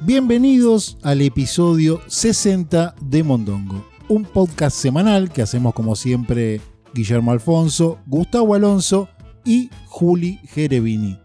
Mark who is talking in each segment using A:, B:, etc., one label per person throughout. A: Bienvenidos al episodio 60 de Mondongo, un podcast semanal que hacemos como siempre Guillermo Alfonso, Gustavo Alonso y Juli Gerevini.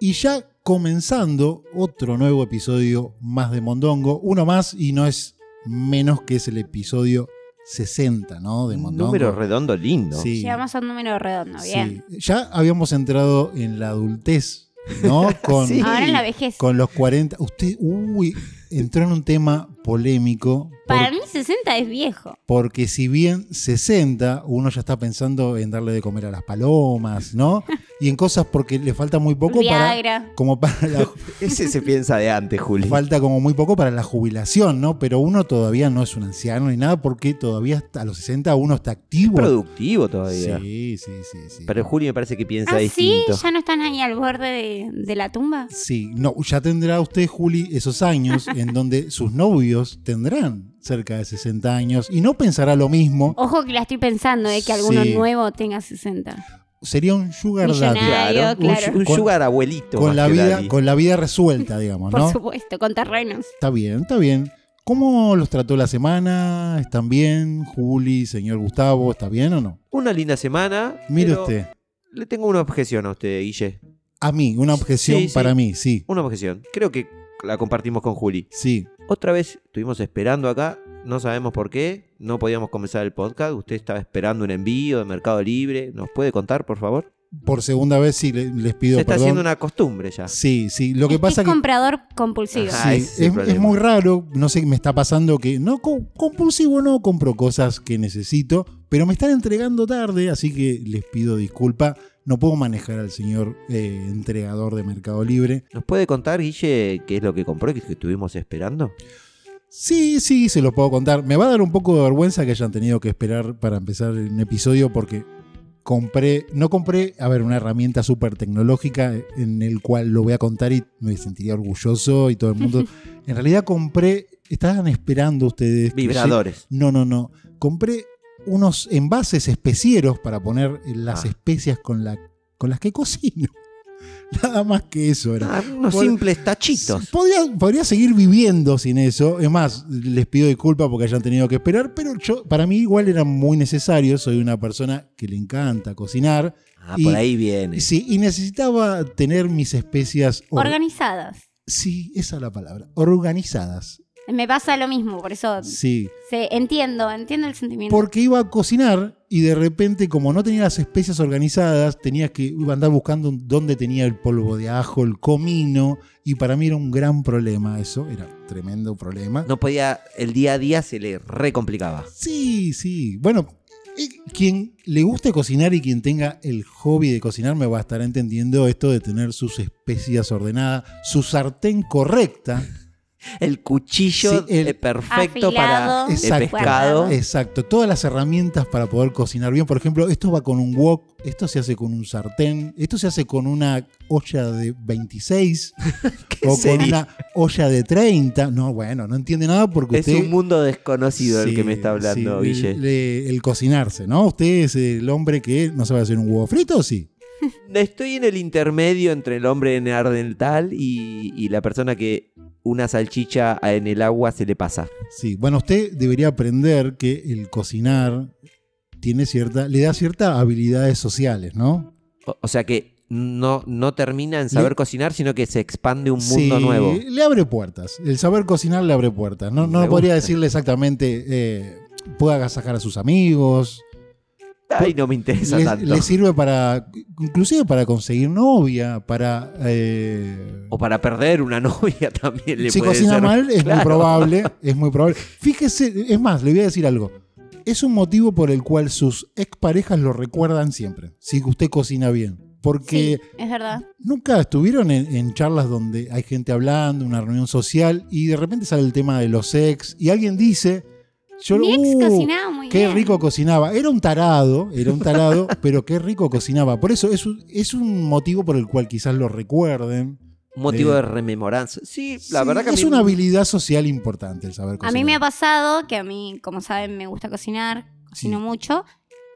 A: Y ya comenzando otro nuevo episodio más de Mondongo, uno más y no es menos que es el episodio 60, ¿no? De Mondongo.
B: Número redondo lindo.
A: Sí.
C: Llegamos a un número redondo, bien.
A: Sí. Ya habíamos entrado en la adultez, ¿no? Con,
B: Sí.
C: Ahora en la vejez.
A: con los 40. Usted, uy, entró en un tema polémico. por-
C: Para mí 60 es viejo.
A: porque si bien 60, uno ya está pensando en darle de comer a las palomas, ¿no? Y en cosas porque le falta muy poco para.
C: Viagra.
A: Como para la,
B: Ese se piensa de antes, Juli.
A: falta como muy poco para la jubilación, ¿no? Pero uno todavía no es un anciano ni nada porque todavía hasta a los 60 uno está activo.
B: Productivo todavía.
A: Sí, sí, sí, sí.
B: Pero Juli me parece que piensa
C: Ah, sí,
B: distinto.
C: ya no están ahí al borde de, de la tumba.
A: Sí, no, ya tendrá usted, Juli, esos años en donde sus novios tendrán cerca de 60 años y no pensará lo mismo.
C: Ojo que la estoy pensando de que alguno
A: Sí.
C: nuevo tenga 60.
A: Sería un sugar daddy
C: Millonario.
B: Claro,
C: Claro, claro.
B: un, un
A: Con-
B: sugar abuelito.
A: con
B: más
A: la
B: que
A: vida,
B: daddy.
A: con la vida resuelta, digamos,
C: Por
A: ¿no?
C: supuesto, con terrenos.
A: Está bien, está bien. ¿Cómo los trató la semana? ¿Están bien? Juli, señor Gustavo, ¿está bien o no?
B: Una linda semana.
A: Mire
B: pero
A: usted,
B: Le tengo una objeción a usted, Guille.
A: a mí, una objeción
B: Sí, sí.
A: para mí, sí,
B: Una objeción. Creo que la compartimos con Juli.
A: sí.
B: Otra vez estuvimos esperando acá, no sabemos por qué, no podíamos comenzar el podcast, usted estaba esperando un envío de Mercado Libre, ¿nos puede contar, por favor?
A: Por segunda vez, sí, le- les
B: Se
A: pido
B: está
A: perdón.
B: haciendo una costumbre ya.
A: Sí, sí, lo que
C: es
A: pasa
C: es
A: que...
C: comprador compulsivo.
B: Ajá. Ah,
A: Sí,
B: ese es
A: es,
B: el
A: es
B: problema.
A: muy raro, no sé, me está pasando que no co- compulsivo no compro cosas que necesito, pero me están entregando tarde, así que les pido disculpa. No puedo manejar al señor eh, entregador de Mercado Libre.
B: ¿Nos puede contar, Guille, qué es lo que compró que que estuvimos esperando?
A: Sí, sí, se los puedo contar. Me va a dar un poco de vergüenza que hayan tenido que esperar para empezar un episodio porque compré, no compré, a ver, una herramienta súper tecnológica en el cual lo voy a contar y me sentiría orgulloso y todo el mundo. en realidad compré, estaban esperando ustedes. que llegue-
B: Vibradores.
A: No, no, no. Compré unos envases especieros para poner las
B: Ah.
A: especias con, la, con las que cocino. Nada más que eso era.
B: Ah, unos
A: Por-
B: simples tachitos.
A: Podría, podría seguir viviendo sin eso. Es más, les pido disculpas porque hayan tenido que esperar, pero yo, para mí igual eran muy necesarios. Soy una persona que le encanta cocinar.
B: Ah,
A: Y-
B: por ahí viene.
A: Y, sí, y necesitaba tener mis especias... or-
C: Organizadas.
A: sí, esa es la palabra. Organizadas.
C: Me pasa lo mismo, por eso
A: Sí.
C: se- entiendo, entiendo el sentimiento.
A: Porque iba a cocinar y de repente, como no tenía las especias organizadas, tenía que iba a andar buscando dónde tenía el polvo de ajo, el comino, y para mí era un gran problema eso, era un tremendo problema.
B: No podía, el día a día se le recomplicaba.
A: Sí, sí. Bueno, eh, quien le guste cocinar y quien tenga el hobby de cocinar me va a estar entendiendo esto de tener sus especias ordenadas, su sartén correcta.
B: El cuchillo
A: Sí, el-
B: eh, perfecto
C: Afilado,
B: para el
A: Exacto.
B: pescado.
C: guardado.
A: Exacto, todas las herramientas para poder cocinar bien. Por ejemplo, esto va con un wok, esto se hace con un sartén, esto se hace con una olla de 26
B: ¿Qué
A: o con
B: sería?
A: una olla de 30. No, bueno, no entiende nada porque
B: Es
A: usted...
B: un mundo desconocido el que me está
A: Sí,
B: hablando,
A: sí,
B: Guille.
A: El, el- el cocinarse, ¿no? Usted es el hombre que no sabe hacer un huevo frito, sí.
B: Estoy en el intermedio entre el hombre neandertal y, y la persona que una salchicha en el agua se le pasa.
A: Sí. Bueno, usted debería aprender que el cocinar tiene cierta, le da ciertas habilidades sociales, ¿no?
B: O, o sea que no, no termina en saber
A: Le-
B: cocinar, sino que se expande un mundo
A: Sí,
B: nuevo.
A: Le abre puertas. El saber cocinar le abre puertas. No, no
B: Me
A: podría
B: gusta.
A: decirle exactamente, eh, puede agasajar a sus amigos.
B: Ay, no me interesa
A: Le,
B: tanto.
A: le sirve para, inclusive para conseguir novia, para... eh,
B: O para perder una novia también le
A: si
B: puede
A: cocina
B: ser-
A: mal, es muy
B: Claro.
A: probable. Es muy probable. Fíjese, es más, le voy a decir algo. Es un motivo por el cual sus exparejas lo recuerdan siempre. Si usted cocina bien. Porque
C: Sí, es verdad.
A: nunca estuvieron en, en charlas donde hay gente hablando, una reunión social, y de repente sale el tema de los ex, y alguien dice. Yo,
C: Mi ex
A: "Uh,
C: cocinaba muy
A: Qué
C: bien.
A: rico cocinaba. Era un tarado, era un tarado, pero qué rico cocinaba. Por eso es un, es un motivo por el cual quizás lo recuerden.
B: Un Motivo
A: Eh,
B: de rememoranza. Sí, la
A: Sí,
B: verdad que a
A: es
B: mí-
A: una habilidad social importante el saber
C: A
A: cocinar.
C: mí me ha pasado que a mí, como saben, me gusta cocinar, cocino
A: Sí.
C: mucho.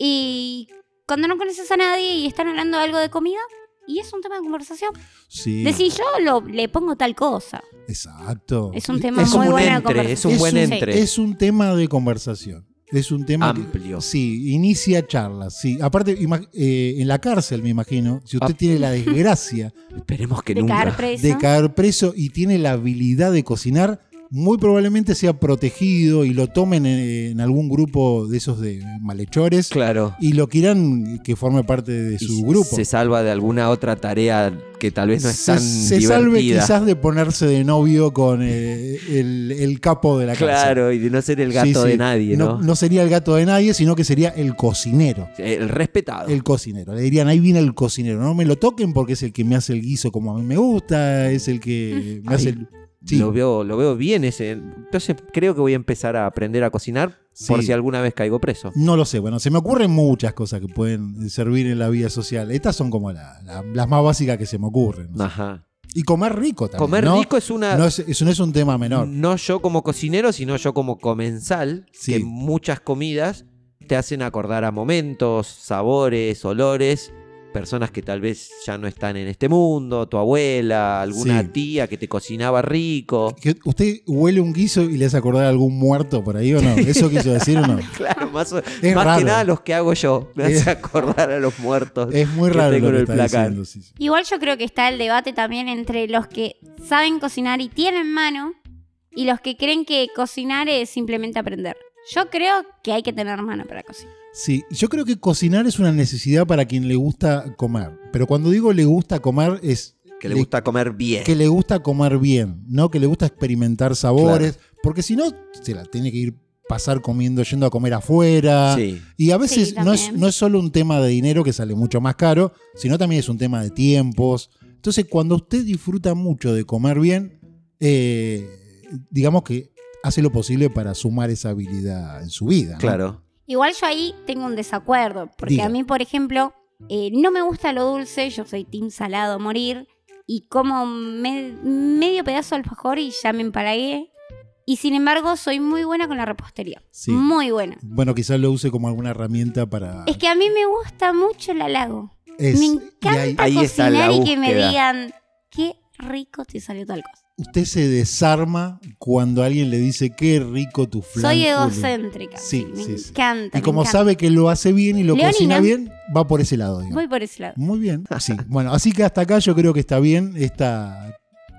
C: Y cuando no conoces a nadie y están hablando de algo de comida, y es un tema de conversación.
A: Sí.
C: De si yo lo- le pongo tal cosa.
A: Exacto.
C: Es un tema
A: Es
C: muy
A: un
C: bueno de
B: entre,
C: conversación.
B: es un buen
C: Sí.
B: entre.
A: Es un tema de conversación. Es un tema que-
B: Amplio.
A: sí, inicia charlas. Sí. Aparte, ima- eh, en la cárcel, me imagino, si usted
B: Ah.
A: tiene la desgracia
B: Esperemos que
C: De caer
B: nunca.
C: preso.
A: de caer preso y tiene la habilidad de cocinar, muy probablemente sea protegido y lo tomen en, en algún grupo de esos de malhechores
B: Claro.
A: y lo quieran que forme parte de su
B: Y
A: grupo.
B: Se salva de alguna otra tarea que tal vez no es tan
A: se
B: divertida.
A: salve quizás de ponerse de novio con eh, el, el capo de la cárcel.
B: Claro, y de no ser el gato
A: Sí, sí.
B: de nadie, ¿no?
A: No sería el gato de nadie, sino que sería el cocinero.
B: El respetado.
A: El cocinero. Le dirían, ahí viene el cocinero. No me lo toquen porque es el que me hace el guiso como a mí me gusta, es el que me hace
B: Ay,
A: el... Sí.
B: Lo, veo, lo veo bien ese. Entonces creo que voy a empezar a aprender a cocinar
A: Sí.
B: por si alguna vez caigo preso.
A: No lo sé, bueno, se me ocurren muchas cosas que pueden servir en la vida social. Estas son como la- la- las más básicas que se me ocurren.
B: Ajá.
A: Y comer rico también.
B: Comer
A: ¿no?
B: rico es una...
A: No es, eso no es un tema menor.
B: no yo como cocinero, sino yo como comensal,
A: Sí.
B: que muchas comidas te hacen acordar a momentos, sabores, olores, personas que tal vez ya no están en este mundo, tu abuela, alguna
A: Sí.
B: tía que te cocinaba rico.
A: Que ¿Usted huele un guiso y le hace acordar a algún muerto por ahí o no? ¿Eso quiso decir o no?
B: Claro, más, o- más
A: Es raro.
B: que nada los que hago yo, me
A: Es-
B: hace acordar a los muertos.
A: Es muy
B: Que
A: raro
B: tengo
A: lo que
B: en el
A: está
B: placar.
A: diciendo. sí, sí.
C: Igual yo creo que está el debate también entre los que saben cocinar y tienen mano y los que creen que cocinar es simplemente aprender. Yo creo que hay que tener mano para cocinar.
A: Sí, yo creo que cocinar es una necesidad para quien le gusta comer. Pero cuando digo le gusta comer es
B: que le
A: le-
B: gusta comer bien.
A: que le gusta comer bien, ¿no? Que le gusta experimentar sabores. Porque si no, se la tiene que ir pasar comiendo, yendo a comer afuera.
B: Sí.
A: Y a veces
C: Sí,
A: no, es,
C: también.
A: no es solo un tema de dinero que sale mucho más caro, sino también es un tema de tiempos. Entonces, cuando usted disfruta mucho de comer bien, eh, digamos que hace lo posible para sumar esa habilidad en su vida. ¿no?
B: Claro.
C: Igual yo ahí tengo un desacuerdo, porque
A: Diga.
C: a mí, por ejemplo, eh, no me gusta lo dulce, yo soy team salado a morir y como me- medio pedazo de alfajor y ya me empalagué. Y sin embargo, soy muy buena con la repostería.
A: Sí.
C: Muy buena.
A: Bueno, quizás lo use como alguna herramienta para...
C: Es que a mí me gusta mucho el halago.
A: es-
C: me
A: y
C: encanta
A: ahí
B: ahí está la
C: cocinar y que me
B: búsqueda.
C: digan qué rico te salió tal cosa.
A: usted se desarma cuando alguien le dice, qué rico tu flan.
C: Soy
A: Juli".
C: egocéntrica.
A: Sí,
C: me
A: sí, sí.
C: encanta.
A: Y
C: me
A: como
C: encanta.
A: sabe que lo hace bien y lo
C: Leonina.
A: cocina bien, va por ese lado. digamos.
C: Voy por ese lado.
A: Muy bien. Sí. Bueno, así que hasta acá yo creo que está bien esta,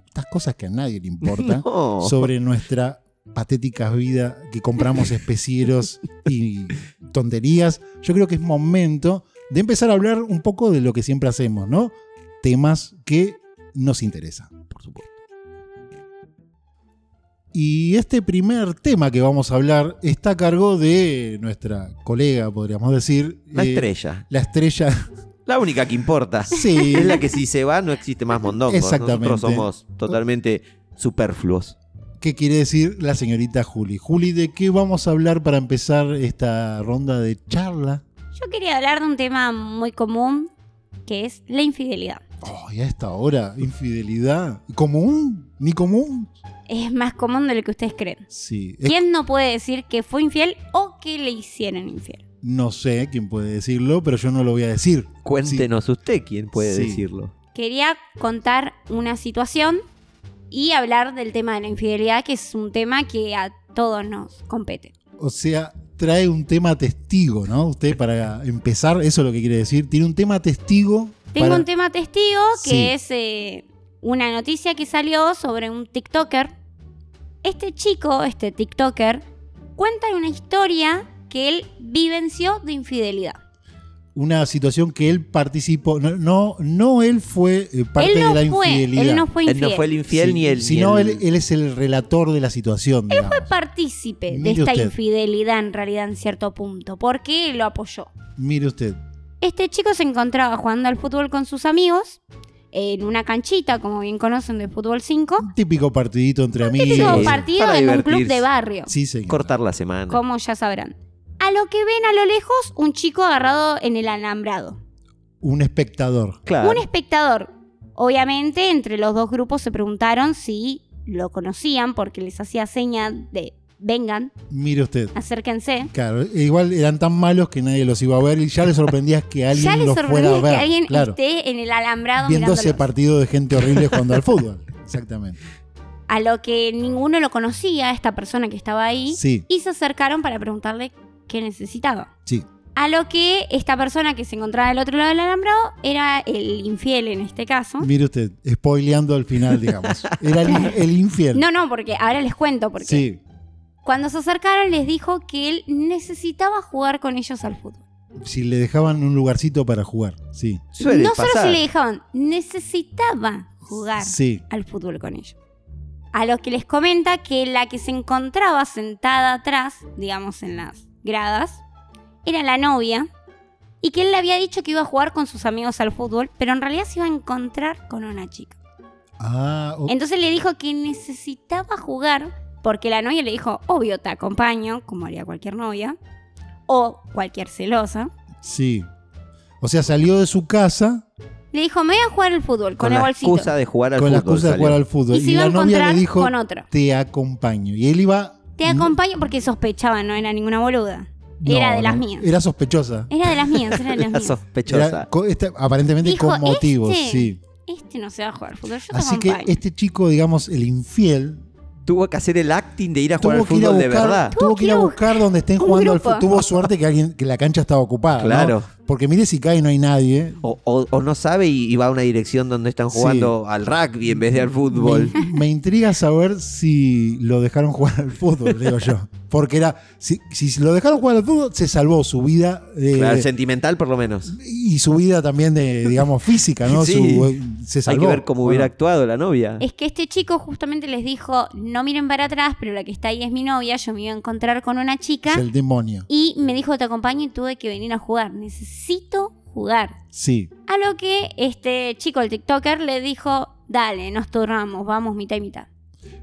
A: estas cosas que a nadie le importa
B: No.
A: sobre nuestra patética vida que compramos especieros y tonterías. Yo creo que es momento de empezar a hablar un poco de lo que siempre hacemos, ¿no? Temas que nos interesan.
B: Por supuesto.
A: Y este primer tema que vamos a hablar está a cargo de nuestra colega, podríamos decir.
B: La
A: eh,
B: estrella.
A: La estrella.
B: La única que importa.
A: Sí.
B: Es la que si se va no existe más mondongo.
A: Exactamente.
B: Nosotros somos totalmente superfluos.
A: ¿Qué quiere decir la señorita Juli? Juli, ¿de qué vamos a hablar para empezar esta ronda de charla?
C: Yo quería hablar de un tema muy común que es la infidelidad.
A: Oh, y a esta hora, infidelidad. ¿Común? ¿Ni común?
C: Es más común de lo que ustedes creen.
A: Sí. eh,
C: ¿Quién no puede decir que fue infiel o que le hicieron infiel?
A: no sé quién puede decirlo, pero yo no lo voy a decir.
B: Cuéntenos usted quién puede
A: Sí.
B: decirlo.
C: Quería contar una situación y hablar del tema de la infidelidad, que es un tema que a todos nos compete.
A: O sea, trae un tema testigo, ¿no? Usted para empezar, eso es lo que quiere decir. Tiene un tema testigo.
C: Tengo
A: para-
C: un tema testigo que
A: Sí.
C: es eh, una noticia que salió sobre un TikToker. Este chico, este TikToker, cuenta una historia que él vivenció de infidelidad.
A: Una situación que él participó. No, no, no él fue eh, parte
C: él no
A: de la
C: fue,
A: infidelidad.
C: él no fue
B: Él
C: infiel.
B: no fue el infiel
A: Sí,
B: ni el. ni
A: Sino
B: el-
A: él, él es el relator de la situación. digamos.
C: partícipe de
A: Mire
C: esta
A: usted.
C: infidelidad en realidad en cierto punto, porque lo apoyó.
A: Mire usted.
C: Este chico se encontraba jugando al fútbol con sus amigos en una canchita, como bien conocen, de fútbol 5.
A: Un típico partidito entre amigos.
C: Típico
B: Sí,
C: partido
B: para
C: en un club
B: divertirse.
C: de barrio.
A: Sí, señor.
B: Cortar la semana.
C: como ya sabrán. A lo que ven a lo lejos, un chico agarrado en el alambrado.
A: Un espectador.
B: Claro.
C: Un espectador. Obviamente, entre los dos grupos se preguntaron si lo conocían porque les hacía señas de vengan,
A: Mire usted.
C: acérquense.
A: Claro, e igual eran tan malos que nadie los iba a ver y ya le sorprendías que alguien
C: ya les
A: los fuera a
C: sorprendía
A: ver.
C: que alguien
A: claro,
C: esté en el alambrado
A: viendo ese
C: mirándolos.
A: partido de gente horrible jugando al fútbol. Exactamente.
C: A lo que ninguno lo conocía, esta persona que estaba ahí,
A: Sí,
C: y se acercaron para preguntarle qué necesitaba.
A: sí.
C: A lo que esta persona que se encontraba del otro lado del alambrado era el infiel en este caso.
A: Mire usted, spoileando al final, digamos. Era el, el infiel.
C: No, no, porque ahora les cuento porque
A: sí,
C: cuando se acercaron les dijo que él necesitaba jugar con ellos al fútbol.
A: si le dejaban un lugarcito para jugar. Sí,
B: Suele
C: no
B: pasar.
C: solo se le dejaban, necesitaba jugar
A: sí.
C: al fútbol con ellos. A lo que les comenta que la que se encontraba sentada atrás, digamos en las gradas, era la novia y que él le había dicho que iba a jugar con sus amigos al fútbol, pero en realidad se iba a encontrar con una chica.
A: Ah, o-
C: Entonces le dijo que necesitaba jugar porque la novia le dijo, obvio te acompaño, como haría cualquier novia, o cualquier celosa.
A: sí. O sea, salió de su casa
C: Le dijo, me voy a jugar al fútbol con,
B: con
C: el
B: la
C: bolsito.
B: excusa de jugar al
A: con la
B: fútbol.
A: excusa de
B: salió.
A: jugar al fútbol.
C: Y se
A: Y,
C: iba a
A: la novia
C: encontrar
A: le dijo,
C: con otro.
A: te acompaño. Y él iba...
C: Te acompaño porque sospechaba, no era ninguna boluda. era de las mías.
A: Era sospechosa.
C: Era de las mías, era de las
B: La
C: mías.
A: Era
B: Ah, sospechosa.
A: co- este- aparentemente
C: Dijo,
A: con motivos,
C: "Este".
A: sí.
C: Este no se va a jugar al fútbol, yo te
A: Así que
C: acompaño.
A: este chico, digamos, el infiel,
B: Tuvo que hacer el acting de ir a jugar
A: tuvo
B: al
A: que ir a
B: fútbol de
A: buscar,
B: verdad.
A: tuvo que ir a buscar donde estén
C: un
A: jugando al
C: grupo.
A: fútbol. Tuvo suerte que alguien, que la cancha estaba ocupada. ¿no?
B: Claro.
A: Porque mire si cae y no hay nadie.
B: O, o- o no sabe y, y va a una dirección donde están jugando al rugby en vez de al fútbol.
A: Me, me intriga saber si lo dejaron jugar al fútbol, digo yo. Porque era, si, si lo dejaron jugar al fútbol, se salvó su vida eh,
B: Claro, sentimental por lo menos.
A: y su vida también de, digamos, física, ¿no?
B: Sí.
A: Su, eh, se
B: Hay
A: salvó.
B: que ver cómo
A: Bueno,
B: hubiera actuado la novia.
C: Es que este chico justamente les dijo, no miren para atrás, pero la que está ahí es mi novia, yo me iba a encontrar con una chica.
A: es el demonio.
C: Y me dijo, te acompaño y tuve que venir a jugar. Necesito jugar.
A: Sí.
C: A lo que este chico, el TikToker, le dijo, dale, nos turnamos, vamos mitad y mitad.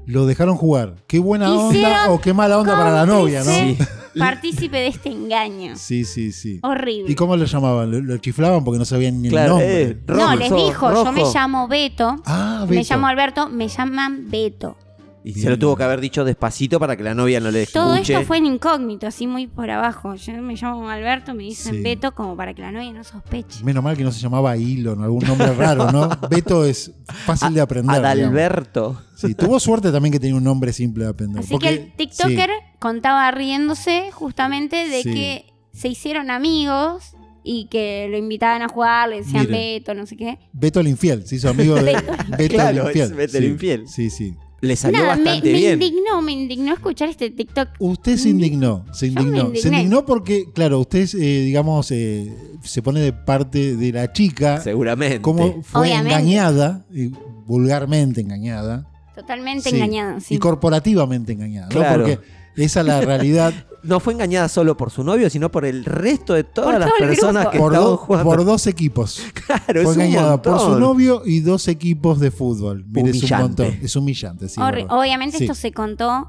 A: Lo dejaron jugar. Qué buena
C: Hicieron
A: onda o qué mala onda para la novia, ¿no?
B: Sí.
C: cómplice. Partícipe de este engaño.
A: Sí, sí, sí.
C: Horrible.
A: ¿Y cómo lo llamaban? ¿Lo, lo chiflaban porque no sabían ni
B: Claro,
A: el nombre?
B: eh,
C: no,
B: Rojo,
C: les dijo, yo me
B: rojo.
C: llamo Beto.
A: Ah,
C: Me
A: Beto.
C: llamo Alberto, me llaman Beto.
B: Y se lo tuvo que haber dicho despacito para que la novia no le escuche.
C: Todo esto fue en incógnito, así muy por abajo. Yo me llamo Alberto, me dicen
A: Sí.
C: Beto, como para que la novia no sospeche.
A: Menos mal que no se llamaba Elon o algún nombre raro, ¿no? Beto es fácil de aprender. digamos.
B: Adalberto.
A: Sí, tuvo suerte también que tenía un nombre simple de aprender.
C: Así
A: porque-
C: que el TikToker
A: sí,
C: contaba riéndose justamente de
A: Sí.
C: que se hicieron amigos y que lo invitaban a jugar, le decían
A: Mire.
C: Beto, no sé qué.
A: Beto el infiel, se hizo amigo de
C: Beto.
A: Beto
B: Claro,
A: el infiel.
B: es Beto
A: sí,
B: el infiel.
A: Sí, sí.
B: Le salió
C: Nada, me,
B: bastante
C: me
B: bien.
C: indignó, me indignó escuchar este TikTok.
A: Usted se indignó, se
C: Yo me
A: indignó. Se
C: indigné.
A: indignó porque, claro, usted, eh, digamos, eh, se pone de parte de la chica,
B: Seguramente.
A: cómo fue
C: Obviamente.
A: engañada, eh, vulgarmente engañada.
C: Totalmente
A: Sí.
C: engañado, sí.
A: Y corporativamente engañada, ¿no?
B: Claro.
A: Porque esa es la realidad.
B: No fue engañada solo por su novio, sino por el resto de todas
C: Por
B: las
C: todo el
B: personas
C: grupo.
B: que
A: por,
B: estaban
A: do-
B: jugando.
A: por dos equipos.
B: Claro, es
A: Fue
B: un
A: engañada por su
B: montón.
A: novio y dos equipos de fútbol. Mire, es un
B: Humillante.
A: montón. Es humillante, sí.
C: Horri-
A: verdad.
C: Obviamente
A: Sí.
C: esto se contó.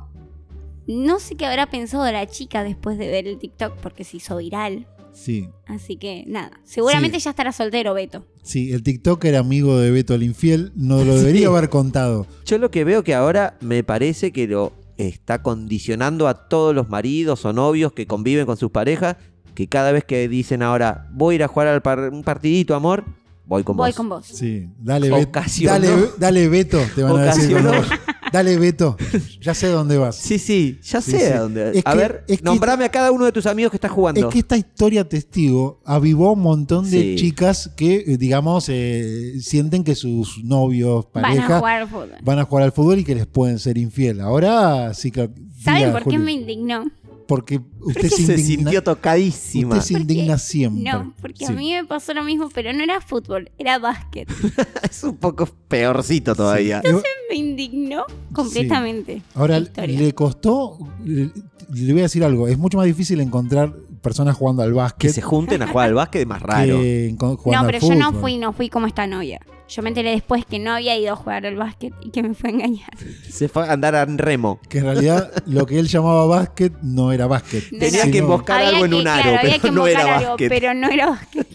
C: No sé qué habrá pensado la chica después de ver el TikTok porque se hizo viral.
A: Sí.
C: Así que nada, seguramente
A: Sí.
C: ya estará soltero Beto.
A: Sí, el TikTok era amigo de Beto el Infiel. No lo debería
B: Sí.
A: haber contado.
B: Yo lo que veo que ahora me parece que lo está condicionando a todos los maridos o novios que conviven con sus parejas, que cada vez que dicen ahora, voy a ir a jugar al par- un partidito, amor, voy con
C: Voy
B: vos.
C: con vos.
A: Sí. Dale, Beto.
B: Ocasionó.
A: Dale, Be- dale, Beto, te van a decir.
B: Ocasionó.
A: cuando vayas. Dale, Beto. Ya sé dónde vas.
B: Sí, sí, ya
A: Sí,
B: sé
A: sí.
B: a dónde.
A: Es
B: a
A: que-
B: ver,
A: es que-
B: nombrame a cada uno de tus amigos que está jugando.
A: Es que esta historia testigo avivó un montón de
B: Sí.
A: chicas que, eh, digamos, eh, sienten que sus novios, parejas,
C: Van a jugar al fútbol.
A: van a jugar al fútbol y que les pueden ser infiel. Ahora sí que.
C: ¿Saben
A: diga,
C: por qué
A: Juli,
C: me indignó?
A: Porque usted se,
B: se
A: indigna,
B: sintió tocadísima.
A: usted se indigna siempre.
C: No, porque a
A: Sí.
C: mí me pasó lo mismo, pero no era fútbol, era básquet.
B: Es un poco peorcito todavía.
A: Sí.
C: Me indignó completamente.
A: Ahora,
C: la historia.
A: le costó. Le, le voy a decir algo. Es mucho más difícil encontrar personas jugando al
B: Que
A: básquet
B: se junten a jugar al básquet es más raro.
A: que encon- jugando
C: No,
A: al
C: pero yo no
A: fútbol.
C: fui, no fui como esta novia. Yo me enteré después que no había ido a jugar al básquet y que me fue a engañar.
B: Se fue a andar a remo.
A: Que en realidad lo que él llamaba básquet no era básquet.
C: No,
B: Tenía
C: no.
B: que
A: sino-
B: emboscar algo en un aro,
C: claro, había que
B: pero no era
C: invocar algo,
B: básquet.
C: pero no era básquet.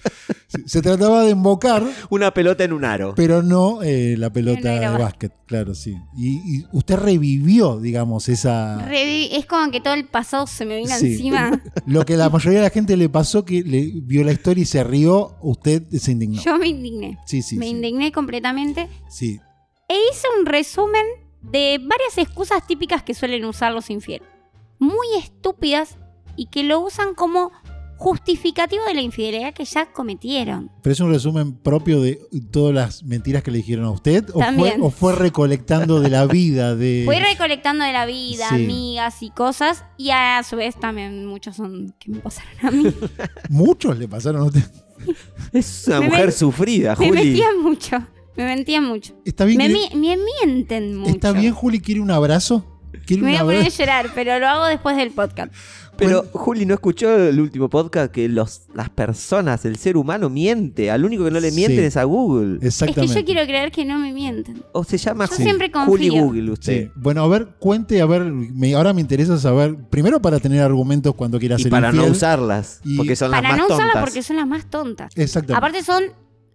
A: Sí, Se trataba de embocar,
B: Una pelota en un aro.
A: pero no eh, la pelota
C: era
A: de básquet, claro, sí. Y, y usted revivió, digamos, esa...
C: Revi- es como que todo el pasado se me vino
A: Ah, Sí.
C: encima.
A: Lo que la mayoría de la gente le pasó, que le vio la historia y se rió, usted se indignó.
C: Yo me indigné.
A: sí, sí,
C: me
A: sí,
C: indigné completamente.
A: sí.
C: E hice un resumen de varias excusas típicas que suelen usar los infieles. Muy estúpidas y que lo usan como justificativo de la infidelidad que ya cometieron.
A: ¿Pero es un resumen propio de todas las mentiras que le dijeron a usted? ¿O, fue,
C: También.
A: o fue recolectando de la vida de...
C: Fui recolectando de la vida,
A: Sí.
C: amigas y cosas. Y a su vez también muchos son que me pasaron a mí.
A: Muchos le pasaron a usted.
B: Es una
C: Me
B: mujer
C: met-
B: sufrida,
C: me
B: Juli.
C: mentían mucho. Me mentían mucho.
A: Está bien,
C: Me,
A: que-
C: mi- me mienten mucho.
A: está bien Juli, quiere un abrazo. Quiere
C: Me voy
A: un
C: a poner a
A: abrazo.
C: llorar, pero lo hago después del podcast.
B: Pero Juli no escuchó el último podcast que los, las personas, el ser humano miente. Al único que no le
A: Sí.
B: mienten es a Google.
C: Es que
A: Exactamente.
C: yo quiero creer que no me mienten.
B: O se llama
C: Yo
B: Juli-
C: siempre
B: Juli
C: confío.
B: Google usted.
A: Sí. Eh, Bueno, a ver, cuente, a ver, me- ahora me interesa saber, primero para tener argumentos cuando quiera
B: Y
A: ser
B: para
A: infiel.
B: no usarlas,
A: Y-
B: porque son las
C: Para
B: más
C: no
B: tontas.
C: usarla porque son las más tontas.
A: Exactamente.
C: Aparte son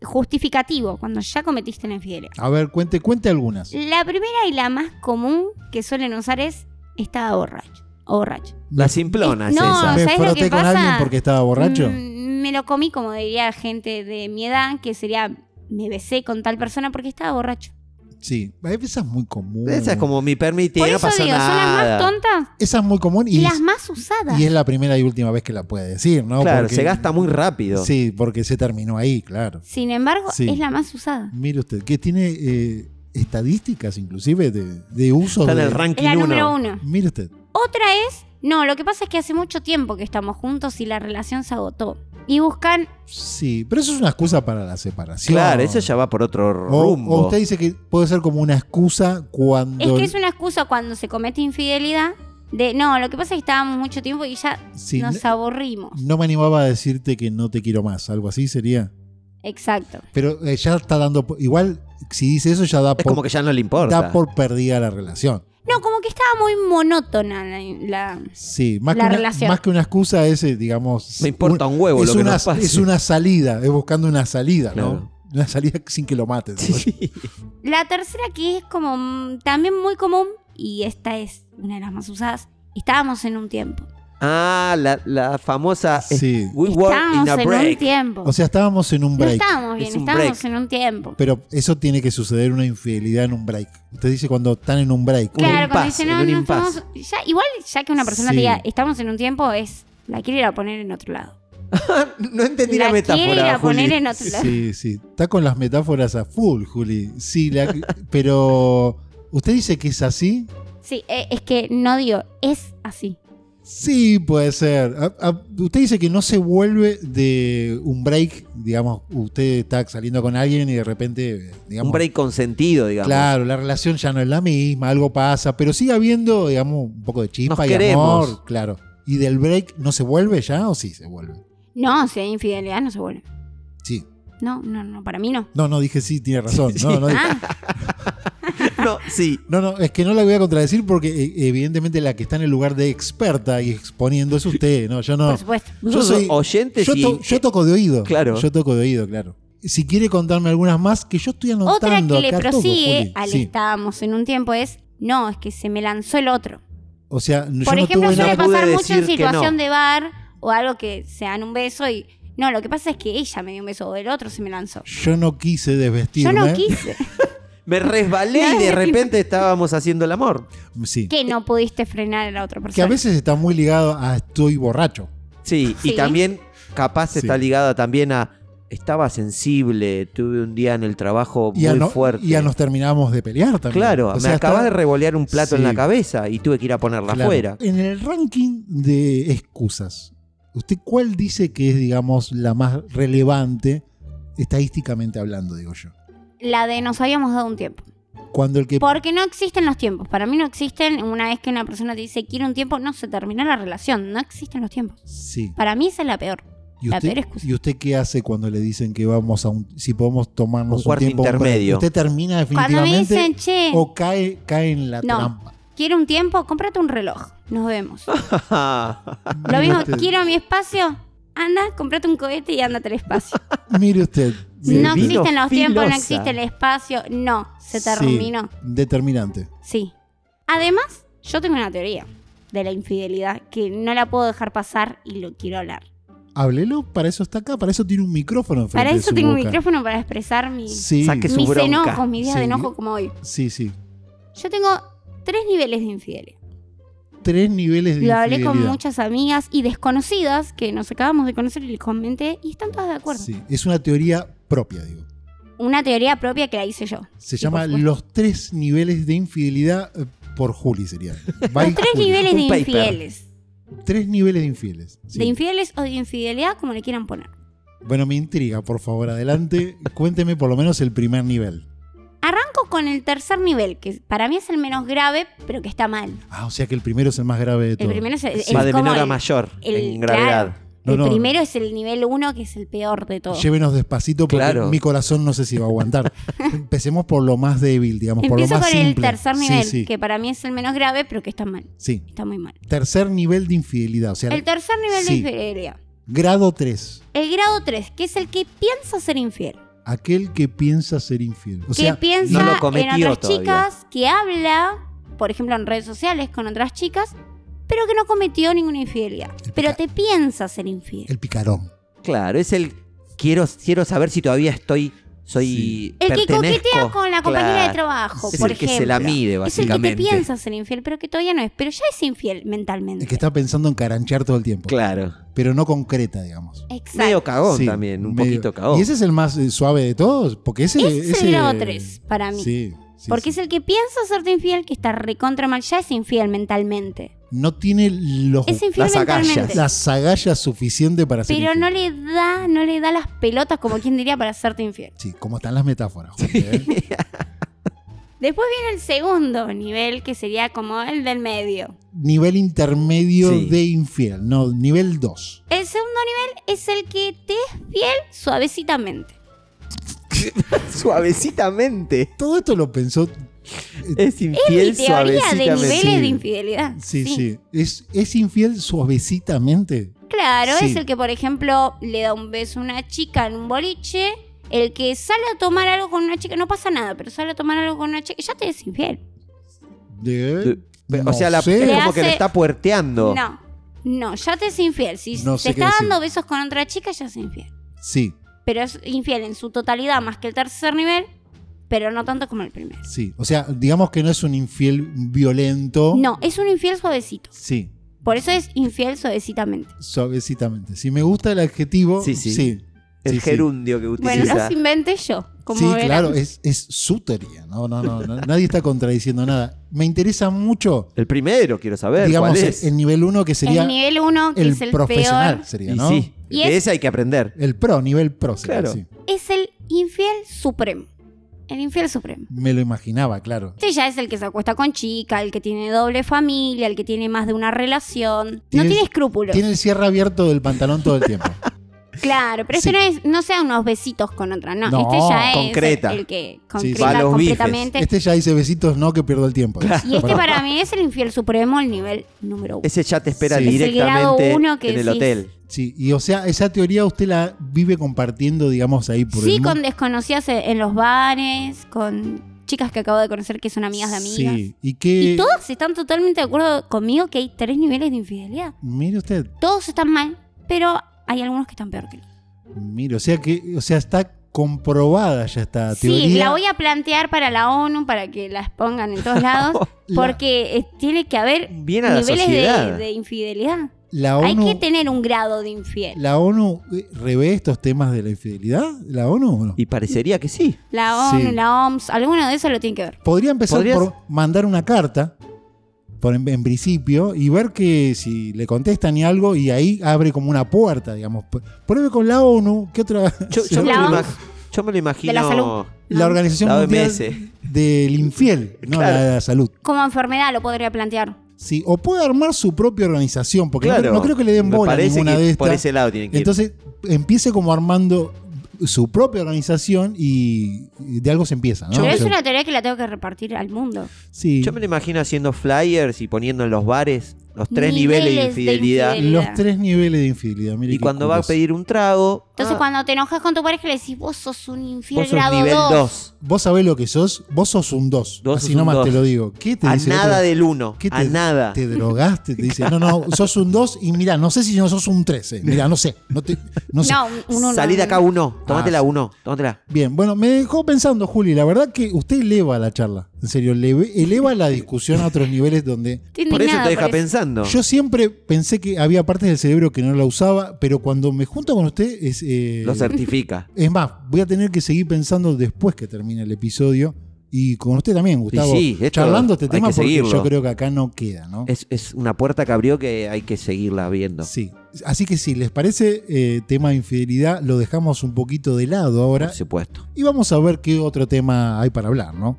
C: justificativos cuando ya cometiste la infidelidad.
A: a ver, cuente, cuente algunas.
C: La primera y la más común que suelen usar es estaba borracho. o borracho.
B: La simplona es
C: No,
B: esa.
A: ¿Me
C: ¿sabes lo
A: froté
C: que
A: con
C: pasa?
A: alguien porque estaba borracho?
C: Mm, me lo comí, como diría gente de mi edad, que sería me besé con tal persona porque estaba borracho.
A: Sí. Eh, Esa es muy común.
B: Esa es como mi permite,
C: Por
B: no
C: eso
B: pasa
C: digo, son las
B: nada.
C: más tontas
A: Esa es muy común
C: y,
A: y,
C: las más usadas.
A: y es la primera y última vez que la puede decir, ¿no?
B: claro,
A: Porque-
B: se gasta muy rápido.
A: Sí, porque se terminó ahí, claro.
C: Sin embargo,
A: Sí.
C: es la más usada.
A: Mire usted, que tiene eh, estadísticas inclusive de, de uso
B: Está en
A: de...
B: el
C: Es
B: ranking
C: la número
B: 1.
C: uno.
A: Mire usted.
C: Otra es, no, lo que pasa es que hace mucho tiempo que estamos juntos y la relación se agotó. Y buscan,
A: Sí, pero eso es una excusa para la separación.
B: Claro, eso ya va por otro
A: O,
B: rumbo.
A: o usted dice que puede ser como una excusa cuando...
C: es que es una excusa cuando se comete infidelidad de, no, lo que pasa es que estábamos mucho tiempo y ya
A: Sí,
C: nos
A: no,
C: aburrimos.
A: no me animaba a decirte que no te quiero más, algo así sería.
C: Exacto.
A: Pero eh, ya está dando... po- Igual, si dice eso ya da
B: Es
A: por,
B: como que ya no le importa.
A: da por perdida la relación.
C: No, como que estaba muy monótona la... la-
A: Sí, más,
C: La
A: que, una,
C: relación.
A: más que una excusa es, eh, digamos...
B: Me importa un huevo
A: es
B: lo que
A: una,
B: nos pase.
A: Es una salida, es buscando una salida,
B: Claro.
A: ¿no? Una salida sin que lo maten.
B: Sí.
C: La tercera que es como mm, también muy común, y esta es una de las más usadas, estábamos en un tiempo.
B: Ah, la, la famosa eh,
A: Sí.
B: We work
C: Estábamos
B: in a
C: en un
B: break.
C: tiempo.
A: O sea, estábamos en un
C: no
A: break.
C: estábamos bien,
B: Es un
C: estábamos
B: break.
C: en un tiempo.
A: Pero eso tiene que suceder una infidelidad en un break. Usted dice cuando están en un break.
B: Un
C: Claro,
B: impasse,
C: cuando dicen,
B: en
C: no,
B: un
C: no,
B: impasse.
C: estamos- ya, igual, ya que una persona
A: Sí.
C: te diga, estamos en un tiempo, es, la quiere ir a poner en otro lado.
B: no entendí la,
C: la
B: metáfora.
C: quiere ir a
B: Juli.
C: poner en otro lado.
A: Sí, sí. Está con las metáforas a full, Juli. Sí, la- pero ¿usted dice que es así?
C: Sí, eh, es que no digo, es así.
A: Sí, puede ser. A- a- usted dice que no se vuelve de un break, digamos, usted está saliendo con alguien y de repente, digamos,
B: Un break con sentido, digamos.
A: claro, la relación ya no es la misma, algo pasa, pero sigue habiendo, digamos, un poco de chispa
B: Nos
A: y
B: queremos.
A: amor, claro. ¿Y del break no se vuelve ya o sí se vuelve?
C: No, si hay infidelidad no se vuelve.
A: Sí.
C: No, no, no, para mí no.
A: No, no, dije sí, tiene razón. No, no,
C: Ah,
B: No, sí.
A: No, no, es que no la voy a contradecir porque eh, evidentemente la que está en el lugar de experta y exponiendo es usted, ¿no? Yo no.
C: por supuesto.
A: Yo
B: Nosotros
A: soy-
B: oyentes
A: Yo,
B: y-
A: to- yo toco de oído.
B: Claro.
A: Yo toco de oído, claro. Si quiere contarme algunas más, que yo estoy
C: Otra
A: anotando
C: que le
A: acá todo,
C: prosigue
A: Juli.
C: al
A: Sí.
C: estábamos en un tiempo es, no, es que se me lanzó el otro.
A: O sea, yo
C: Por
A: no
C: ejemplo,
A: tuve
B: yo
C: suele
A: nada.
B: no pude
C: pasar mucho
B: decir
C: en
B: que
C: situación
B: no.
C: de bar o algo que se dan un beso y, no, lo que pasa es que ella me dio un beso o el otro se me lanzó.
A: Yo no quise
C: Yo
A: desvestirme.
C: no quise.
B: Me resbalé y de repente estábamos haciendo el amor.
A: Sí.
C: que no pudiste frenar a la otra persona.
A: Que a veces está muy ligado a estoy borracho.
B: Sí, y
C: Sí.
B: también capaz
A: Sí.
B: está ligada también a estaba sensible, tuve un día en el trabajo
A: Y, a
B: muy
A: no-
B: fuerte.
A: y a nos terminábamos de pelear también.
B: Claro,
A: O
B: me
A: sea, está-
B: acabas de revolear un plato en
A: Sí.
B: la cabeza y tuve que ir a ponerla
A: Claro.
B: afuera.
A: En el ranking de excusas, ¿usted cuál dice que es, digamos, la más relevante estadísticamente hablando, digo yo?
C: La de nos habíamos dado un tiempo.
A: Cuando el que.
C: Porque no existen los tiempos. Para mí no existen. Una vez que una persona te dice quiero un tiempo, no se termina la relación. No existen los tiempos.
A: Sí.
C: Para mí esa es la peor.
A: ¿Y
C: la
A: usted,
C: peor excusa.
A: y usted qué hace cuando le dicen que vamos a un. si podemos tomarnos
B: Un
A: un,
B: cuarto
A: tiempo un break?
B: intermedio.
A: ¿Usted termina
C: Cuando me
A: definitivamente?
C: dicen, che,
A: ¿O cae, cae en la
C: No.
A: trampa?
C: quiero un
A: Este
C: tiempo, cómprate un reloj. Nos vemos. Lo mismo, quiero mi espacio. Anda, comprate un cohete y ándate al espacio.
A: Mire usted. mire
C: no
A: usted.
B: vino
C: existen los tiempos, no
B: filosa.
C: existe el espacio. No, se
A: Sí,
C: terminó.
A: determinante.
C: Sí. Además, yo tengo una teoría de la infidelidad que no la puedo dejar pasar y lo quiero hablar.
A: Háblelo, para eso está acá, para eso tiene un micrófono. enfrente
C: Para
A: de
C: eso
A: su
C: tengo un
A: boca.
C: micrófono para expresar mi-
A: Sí,
B: Saque su-
C: mis
B: bronca.
C: enojos, mis días
A: Sí.
C: de enojo como hoy.
A: sí, sí.
C: Yo tengo tres niveles de infidelidad.
A: Tres niveles de
C: Lo hablé con
A: infidelidad.
C: muchas amigas y desconocidas que nos acabamos de conocer y les comenté y están todas de acuerdo.
A: Sí, es una teoría propia, digo.
C: Una teoría propia que la hice yo.
A: Se
C: Sí,
A: llama
C: por supuesto.
A: Los tres niveles de infidelidad eh, por Juli, sería. By
C: Los tres
A: Juli.
C: niveles de
B: Un paper.
C: infieles.
A: Tres niveles de infieles. sí.
C: De infieles o de infidelidad, como le quieran poner.
A: bueno, me intriga, por favor, adelante. Cuénteme por lo menos el primer nivel.
C: Arranco con el tercer nivel, que para mí es el menos grave, pero que está mal.
A: Ah, o sea que el primero es el más grave de todos.
C: El primero es el,
A: Sí.
C: es
B: Va de
C: como
B: menor a
C: el-
B: mayor
C: el-
B: en gravedad.
C: claro.
A: No,
C: el
A: no.
C: primero es el nivel 1, que es el peor de todos.
A: Llévenos despacito porque
B: Claro.
A: mi corazón no sé si va a aguantar. Empecemos por lo más débil, digamos, por lo
C: Empiezo
A: más
C: por el
A: simple.
C: tercer
A: Sí,
C: nivel,
A: sí,
C: que para mí es el menos grave, pero que está mal.
A: sí.
C: Está muy mal.
A: Tercer nivel de infidelidad, o sea,
C: El tercer nivel
A: Sí.
C: de infidelidad.
A: grado 3.
C: El grado 3, que es el que piensa ser infiel.
A: Aquel que piensa ser infiel. O
C: que
A: sea,
C: piensa
B: no lo
C: en
B: cometió
C: otras
B: todavía.
C: chicas, que habla, por ejemplo, en redes sociales con otras chicas, pero que no cometió ninguna infidelidad.
A: El
C: Pero
A: pica-
C: te piensa ser infiel.
A: el picarón.
B: Claro, es el quiero, quiero saber si todavía estoy, soy.
C: El que
B: pertenezco.
C: coquetea con la compañera
B: Claro.
C: de trabajo,
B: Es
C: por
B: el que
C: ejemplo.
B: se la mide,
C: es el que te
B: básicamente.
C: piensa ser infiel, pero que todavía no es. Pero ya es infiel mentalmente.
A: El que está pensando en caranchear todo el tiempo.
B: Claro.
A: Pero no concreta, digamos.
C: Exacto.
B: Medio cagón
A: Sí,
B: también, un
A: medio-
B: poquito cagón.
A: Y ese es el más eh, suave de todos, porque ese
C: Ese es el
A: ese-
C: grado tres, para mí.
A: Sí, sí,
C: Porque
A: sí.
C: es el que piensa serte infiel, que está recontra mal, ya es infiel mentalmente.
A: no tiene los
C: Es infiel
B: las agallas.
C: mentalmente.
A: las agallas suficientes para ser
C: Pero no
A: infiel.
C: le da, no le da las pelotas, como quien diría, para serte infiel.
A: Sí, como están las metáforas. Jorge, ¿eh?
C: Después viene el segundo nivel, que sería como el del medio.
A: Nivel intermedio
B: Sí.
A: de infiel, no, nivel 2.
C: El segundo nivel es el que te es fiel suavecitamente.
B: Suavecitamente.
A: Todo esto lo pensó.
B: Es
C: Mi
B: infiel
C: teoría de niveles
B: suavecitamente.
C: de infidelidad.
A: Sí, sí. Es, es infiel suavecitamente.
C: Claro,
A: Sí.
C: es el que, por ejemplo, le da un beso a una chica en un boliche. El que sale a tomar algo con una chica, no pasa nada, pero sale a tomar algo con una chica, ya te es infiel.
A: De-
B: Pero,
A: no
B: o sea, la, es
A: sé.
B: como
C: Le
B: que le
C: hace-
B: está puerteando.
C: No, no, ya te es infiel. Si
A: No sé
C: te
A: qué
C: está
A: decir.
C: dando besos con otra chica, ya es infiel.
A: Sí,
C: Pero es infiel en su totalidad más que el tercer nivel, pero no tanto como el primero.
A: sí. O sea, digamos que no es un infiel violento.
C: No, es un infiel suavecito.
A: Sí,
C: Por eso es infiel suavecitamente.
A: suavecitamente. Si me gusta el adjetivo,
B: Sí, sí.
A: Sí, sí.
B: El gerundio que
C: Bueno,
B: utiliza.
C: los inventé yo. Como
A: sí,
C: verán.
A: claro, es, es su teoría. No, no, no, no, nadie está contradiciendo nada. Me interesa mucho,
B: el primero, quiero saber.
A: digamos,
B: ¿Cuál es?
A: el nivel 1 que sería
C: el
A: el,
C: nivel 1, que es el
A: profesional,
C: peor,
A: sería,
B: Y
A: ¿no?
B: sí,
C: Y
B: de
C: es-
B: ese hay que aprender.
A: El pro, nivel pro sería,
B: Claro.
A: sí.
C: es el infiel supremo. El infiel supremo.
A: Me lo imaginaba, claro.
C: Este ya es el que se acuesta con chica, el que tiene doble familia, el que tiene más de una relación. No
A: Tiene-
C: tiene escrúpulos.
A: Tiene el cierre abierto del pantalón todo el tiempo.
C: Claro, pero este
A: Sí.
C: no es, no sean unos besitos con otra, no.
A: No,
C: este ya es
B: concreta.
C: el
A: sí.
C: que concreta
B: Va a los bifes.
C: completamente.
A: Este ya dice besitos, no, que pierdo el tiempo.
C: Y este
A: Bueno,
C: para mí es el infiel supremo, el nivel número uno.
B: Ese ya te espera
A: Sí. Es
C: el grado
B: directamente
C: uno que
B: en el
C: decís.
B: hotel.
A: Sí, y o sea, esa teoría usted la vive compartiendo, digamos, ahí por
C: Sí,
A: el
C: con
A: mundo.
C: desconocidas e- en los bares, con chicas que acabo de conocer que son amigas de amigas.
A: Sí, y que...
C: Y todos están totalmente de acuerdo conmigo que hay tres niveles de infidelidad.
A: Mire usted,
C: Todos están mal, pero hay algunos que están peor que otros.
A: mire, o sea que, o sea, está comprobada ya esta teoría.
C: Sí, la voy a plantear para la ONU para que las pongan en todos lados,
A: La-
C: porque eh, tiene que haber
B: Bien a la
C: niveles
B: sociedad.
C: de, de infidelidad.
A: La
C: Hay
A: ONU,
C: que tener un grado de infiel.
A: la ONU eh, revé estos temas de la infidelidad, la ONU. o no?
B: Y parecería que sí.
C: La ONU,
A: Sí.
C: la OMS, alguno de esos lo tiene que ver.
A: Podría empezar
B: ¿Podrías-
A: por mandar una carta, por en, en principio, y ver que si le contestan y algo, y ahí abre como una puerta, digamos. Pr- Pruebe con la ONU, ¿qué otra?
B: Yo, yo me,
C: La
B: lo
C: OMS.
B: imag- yo me lo imagino.
C: De la salud.
A: la Organización
B: La
A: Mundial
B: OMS.
A: del Infiel, no
B: Claro.
A: la de la salud.
C: Como enfermedad lo podría plantear.
A: Sí, o puede armar su propia organización, porque no-
B: Claro.
A: no, creo que le den
B: Me
A: bola a
B: parece
A: ninguna
B: que
A: de estas.
B: Por ese lado tienen que ir.
A: Entonces empiece como armando su propia organización y y de algo se empieza, ¿no?
B: Yo-
C: Pero es
A: O sea,
C: una teoría que la tengo que repartir al mundo.
A: sí,
B: Yo me lo imagino haciendo flyers y poniendo en los bares los tres niveles, de
C: Niveles de
B: infidelidad.
C: infidelidad.
A: Los tres niveles de infidelidad. mire
B: Y
A: qué
B: cuando va a
A: curioso.
B: pedir un trago,
C: Entonces,
B: ah,
C: cuando te enojas con tu pareja, le decís, vos sos un infiel
B: vos sos
C: grado
B: nivel
C: 2.
B: 2.
A: Vos sabés lo que sos, vos sos un 2.
B: Dos sos
A: Así
B: un
A: nomás
B: dos.
A: te lo digo. ¿Qué te
B: A
A: dice el otro?
B: nada del 1.
A: ¿Qué
B: A
A: te-
B: nada.
A: Te drogaste, te dice. No, no, sos un 2 y mira, no sé si no sos un 13. Mira, no sé. No, te, no sé.
C: No, un- un uno.
B: Salí de acá 1. Tómatela
A: Ah,
B: 1. Tómatela.
A: Bien, bueno, me dejó pensando, Juli. La verdad que usted eleva la charla. En serio, leve- eleva la discusión a otros niveles donde
C: Estoy
B: Por eso
C: indignada
B: te deja
C: por eso.
B: pensando.
A: Yo siempre pensé que había partes del cerebro que no la usaba, pero cuando me junto con usted es. eh,
B: Lo certifica.
A: es más, voy a tener que seguir pensando después que termine el episodio. Y con usted también, Gustavo.
B: sí, esto
A: charlando este
B: hay
A: tema
B: que
A: porque
B: seguirlo.
A: yo creo que acá no queda, ¿no?
B: Es, es una puerta que abrió que hay que seguirla viendo.
A: Sí. Así que si les parece, eh, tema de infidelidad, lo dejamos un poquito de lado ahora.
B: Por supuesto.
A: Y vamos a ver qué otro tema hay para hablar, ¿no?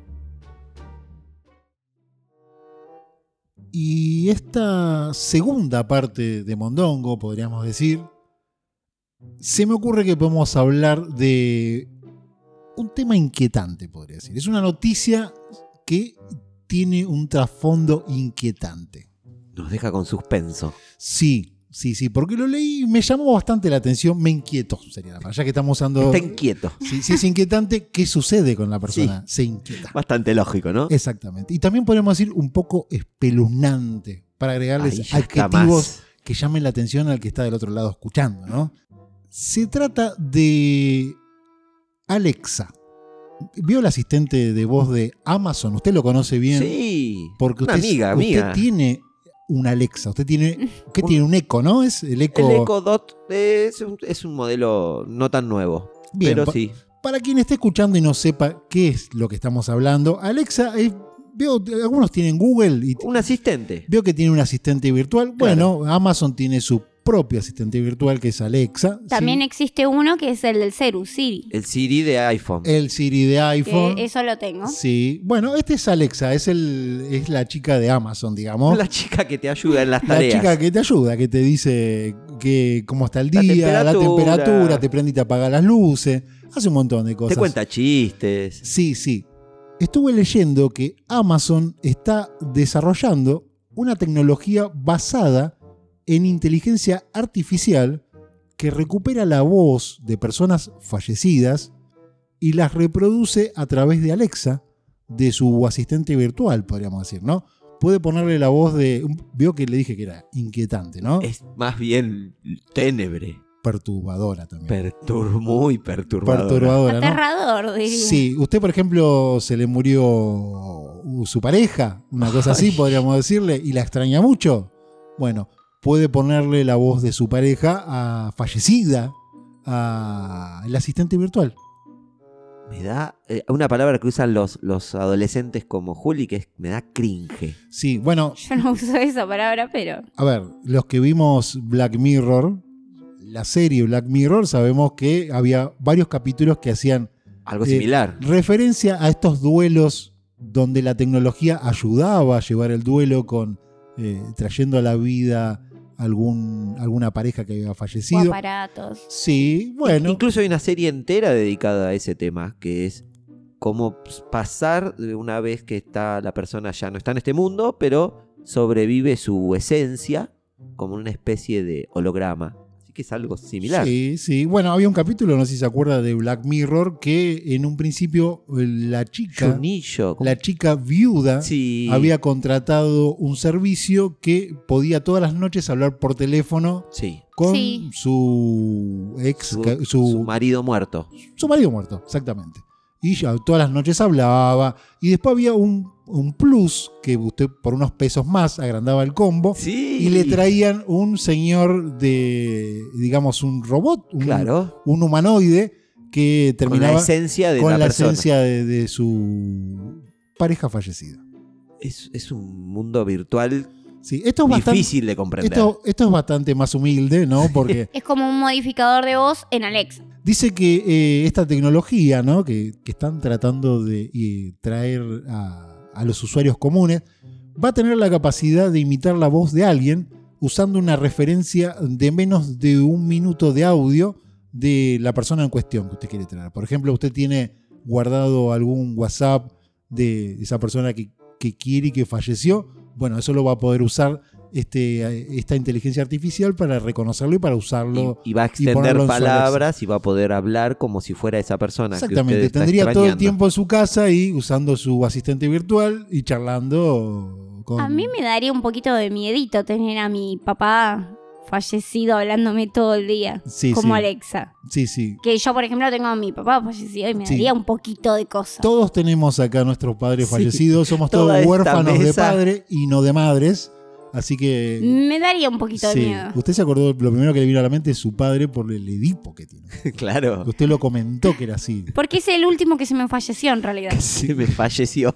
A: Y esta segunda parte de Mondongo, podríamos decir, se me ocurre que podemos hablar de un tema inquietante, podría decir. Es una noticia que tiene un trasfondo inquietante.
B: Nos deja con suspenso.
A: Sí, sí, sí, porque lo leí y me llamó bastante la atención, me inquietó, sería la palabra, ya que estamos usando...
B: Está inquieto.
A: Si, si es inquietante, ¿qué sucede con la persona? Se inquieta.
B: Bastante lógico, ¿no?
A: Eh, Exactamente. Y también podemos decir un poco espeluznante para
B: Ahí
A: agregarles
B: ya está
A: adjetivos
B: más.
A: que llamen la atención al que está del otro lado escuchando, ¿no? Se trata de Alexa. ¿Vio el asistente de voz de Amazon? Usted lo conoce bien.
B: Sí.
A: Porque
B: una
A: usted,
B: amiga,
A: usted
B: amiga.
A: tiene un Alexa. Usted tiene. ¿Qué
B: Un-
A: tiene? Un eco, ¿no? Es el eco.
B: El Echo Dot es un, es un modelo no tan nuevo.
A: Bien,
B: pero
A: pa-
B: sí.
A: Para quien esté escuchando y no sepa qué es lo que estamos hablando, Alexa, es- veo, algunos tienen Google y
B: Un asistente.
A: veo que tiene un asistente virtual.
B: Claro.
A: Bueno, Amazon tiene su propio asistente virtual que es Alexa. ¿sí?
C: También existe uno que es el del Ceru, Siri.
B: El Siri de iPhone.
A: el Siri de
C: que
A: iPhone.
C: eso lo tengo.
A: Sí, bueno, este es Alexa, es, el, es la chica de Amazon, digamos. La,
B: La chica que te ayuda en las tareas.
A: chica que te ayuda, que te dice que, cómo está el
B: La
A: día, la
B: temperatura.
A: temperatura, te prende y te apaga las luces, hace un montón de cosas.
B: Te cuenta chistes.
A: Sí, sí. Estuve leyendo que Amazon está desarrollando una tecnología basada en inteligencia artificial que recupera la voz de personas fallecidas y las reproduce a través de Alexa, de su asistente virtual, podríamos decir, ¿no? Puede ponerle la voz de... Vio que le dije que era inquietante, ¿no?
B: Es más bien tenebre.
A: perturbadora también.
B: Pertur muy perturbador.
A: Perturbadora, ¿no?
C: Aterrador, diría.
A: Sí, usted, por ejemplo, se le murió su pareja, una cosa así, podríamos decirle, y la extraña mucho. Bueno, puede ponerle la voz de su pareja a fallecida, a el asistente virtual.
B: Me da eh, una palabra que usan los, los adolescentes como Juli, que es me da cringe.
A: Sí, bueno,
C: Yo no uso esa palabra, pero.
A: a ver, los que vimos Black Mirror, la serie Black Mirror, sabemos que había varios capítulos que hacían
B: Algo
A: Eh,
B: similar.
A: referencia a estos duelos donde la tecnología ayudaba a llevar el duelo con eh, trayendo a la vida algún, alguna pareja que había
C: o
A: fallecido.
C: aparatos.
A: Sí, bueno,
B: Incluso hay una serie entera dedicada a ese tema, que es cómo ps- pasar de una vez que está la persona ya no está en este mundo, pero sobrevive su esencia como una especie de holograma. Así que es algo similar.
A: sí, sí. Bueno, había un capítulo, no sé si se acuerda, de Black Mirror que en un principio eh, la chica,
B: Junillo. como-
A: la chica viuda,
B: Sí.
A: había contratado un servicio que podía todas las noches hablar por teléfono
B: Sí.
A: con
C: Sí.
A: su ex,
B: Su,
A: ca-
B: su marido muerto.
A: su marido muerto, exactamente. Y ya todas las noches hablaba. Y después había un, un plus que usted por unos pesos más agrandaba el combo.
B: Sí.
A: Y le traían un señor de, digamos, un robot, un,
B: Claro.
A: un humanoide que
B: Con la
A: terminaba
B: esencia de
A: con
B: la,
A: la
B: persona.
A: esencia de, de su pareja fallecida.
B: Es, es un mundo virtual
A: Sí, esto es bastante,
B: difícil de comprender.
A: esto, esto es bastante más humilde, ¿no? Porque
C: Es como un modificador de voz en Alexa.
A: Dice que eh, esta tecnología, ¿no? Que, que están tratando de eh, traer a, a los usuarios comunes, va a tener la capacidad de imitar la voz de alguien usando una referencia de menos de un minuto de audio de la persona en cuestión que usted quiere traer. Por ejemplo, usted tiene guardado algún WhatsApp de esa persona que, que quiere y que falleció. Bueno, eso lo va a poder usar este, esta inteligencia artificial para reconocerlo y para usarlo.
B: Y, y va a extender
A: ponerlo en su
B: palabras y va a poder hablar como si fuera esa persona. que usted
A: Exactamente,
B: está
A: tendría todo el
B: extrañando.
A: tiempo en su casa y usando su asistente virtual y charlando con...
C: A mí me daría un poquito de miedito tener a mi papá fallecido hablándome todo el día,
A: Sí,
C: como
A: sí.
C: Alexa.
A: Sí, sí.
C: Que yo, por ejemplo, tengo a mi papá fallecido y me
A: Sí.
C: daría un poquito de cosa.
A: Todos tenemos acá nuestros padres
B: Sí.
A: fallecidos, somos
B: Toda
A: todos
B: esta
A: huérfanos de
B: mesa.
A: padre y no de madres, así que...
C: me daría un poquito de
A: sí.
C: Mm, miedo.
A: Usted se acordó, lo primero que le vino a la mente es su padre por el Edipo que tiene.
B: claro.
A: Usted lo comentó que era así.
C: Porque es el último que se me falleció en realidad.
B: Se me falleció.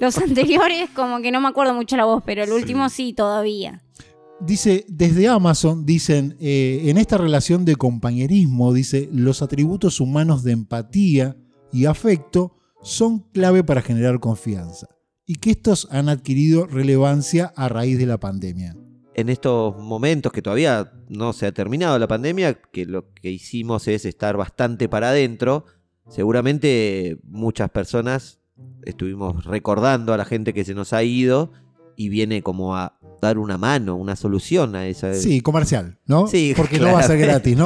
C: Los anteriores, como que no me acuerdo mucho la voz, pero el último sí, todavía.
A: Dice, desde Amazon dicen, eh, en esta relación de compañerismo, dice, los atributos humanos de empatía y afecto son clave para generar confianza. Y que estos han adquirido relevancia a raíz de la pandemia.
B: en estos momentos que todavía no se ha terminado la pandemia, que lo que hicimos es estar bastante para adentro, seguramente muchas personas estuvimos recordando a la gente que se nos ha ido y viene como a dar una mano, una solución a esa.
A: Sí, comercial, ¿no?
B: Eh. Sí,
A: Porque no va a ser
B: claramente.
A: gratis,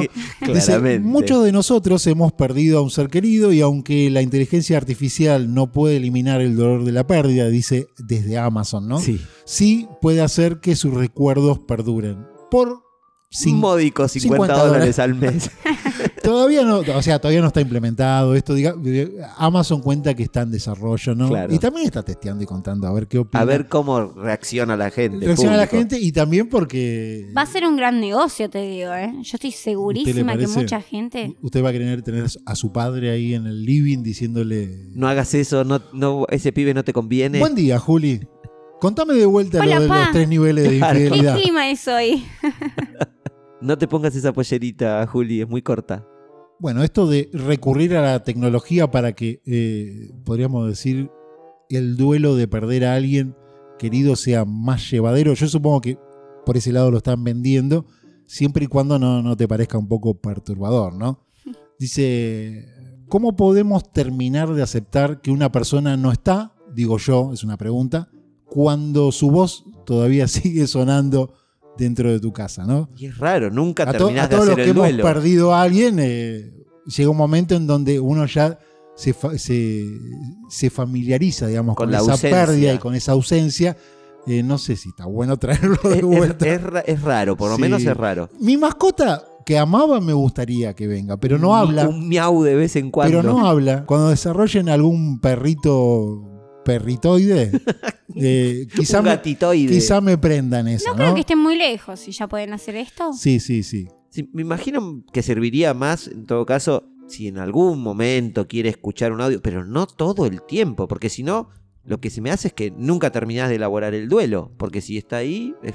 A: ¿no? Dice,
B: Claramente.
A: muchos de nosotros hemos perdido a un ser querido y aunque la inteligencia artificial no puede eliminar el dolor de la pérdida, dice desde Amazon, ¿no?
B: Sí.
A: sí puede hacer que sus recuerdos perduren. Por cin-
B: Módico, 50,
A: 50
B: dólares al mes.
A: todavía no, o sea, todavía no está implementado esto. Diga, Amazon cuenta que está en desarrollo, ¿no?
B: Claro.
A: Y también está testeando y contando a ver qué opina.
B: A ver cómo reacciona la gente.
A: reacciona la
B: público.
A: gente y también porque
C: Va a ser un gran negocio, te digo, ¿eh? Yo estoy segurísima que
A: parece?
C: mucha gente.
A: usted va a querer tener a su padre ahí en el living diciéndole
B: No hagas eso, no, no, ese pibe no te conviene.
A: buen día, Juli. Contame de vuelta
C: Hola,
A: lo de
C: pa.
A: los tres niveles de
B: Claro.
C: ¿Qué
A: infidelidad.
C: clima es hoy?
B: No te pongas esa pollerita, Juli, es muy corta.
A: Bueno, esto de recurrir a la tecnología para que, eh, podríamos decir, el duelo de perder a alguien querido sea más llevadero, yo supongo que por ese lado lo están vendiendo, siempre y cuando no, no te parezca un poco perturbador, ¿no? Dice, ¿cómo podemos terminar de aceptar que una persona no está, digo yo, es una pregunta, cuando su voz todavía sigue sonando dentro de tu casa, ¿no?
B: Y es raro, nunca
A: a, to-
B: terminás
A: a
B: de
A: todos los
B: hacer
A: que
B: el
A: hemos
B: duelo.
A: perdido a alguien, eh, llega un momento en donde uno ya se, fa- se, se familiariza, digamos,
B: Con
A: con,
B: la
A: esa
B: ausencia.
A: pérdida y con esa ausencia. Eh, no sé si está bueno traerlo
B: Es-
A: de
B: es-
A: vuelta.
B: es ra- es raro, por lo
A: Sí.
B: menos es raro.
A: Mi mascota que amaba me gustaría que venga, pero no
B: Un-
A: habla.
B: Un miau de vez en cuando.
A: Pero no habla. Cuando desarrollen algún perrito perritoide, eh, quizá,
B: un
A: me,
B: gatitoide.
A: quizá me prendan eso,
C: No
A: ¿no?
C: creo que estén muy lejos si ya pueden hacer esto.
A: Sí, sí, sí.
B: Sí, me imagino que serviría más, en todo caso, si en algún momento quiere escuchar un audio, pero no todo el tiempo, porque si no, lo que se me hace es que nunca terminás de elaborar el duelo, porque si está ahí, es-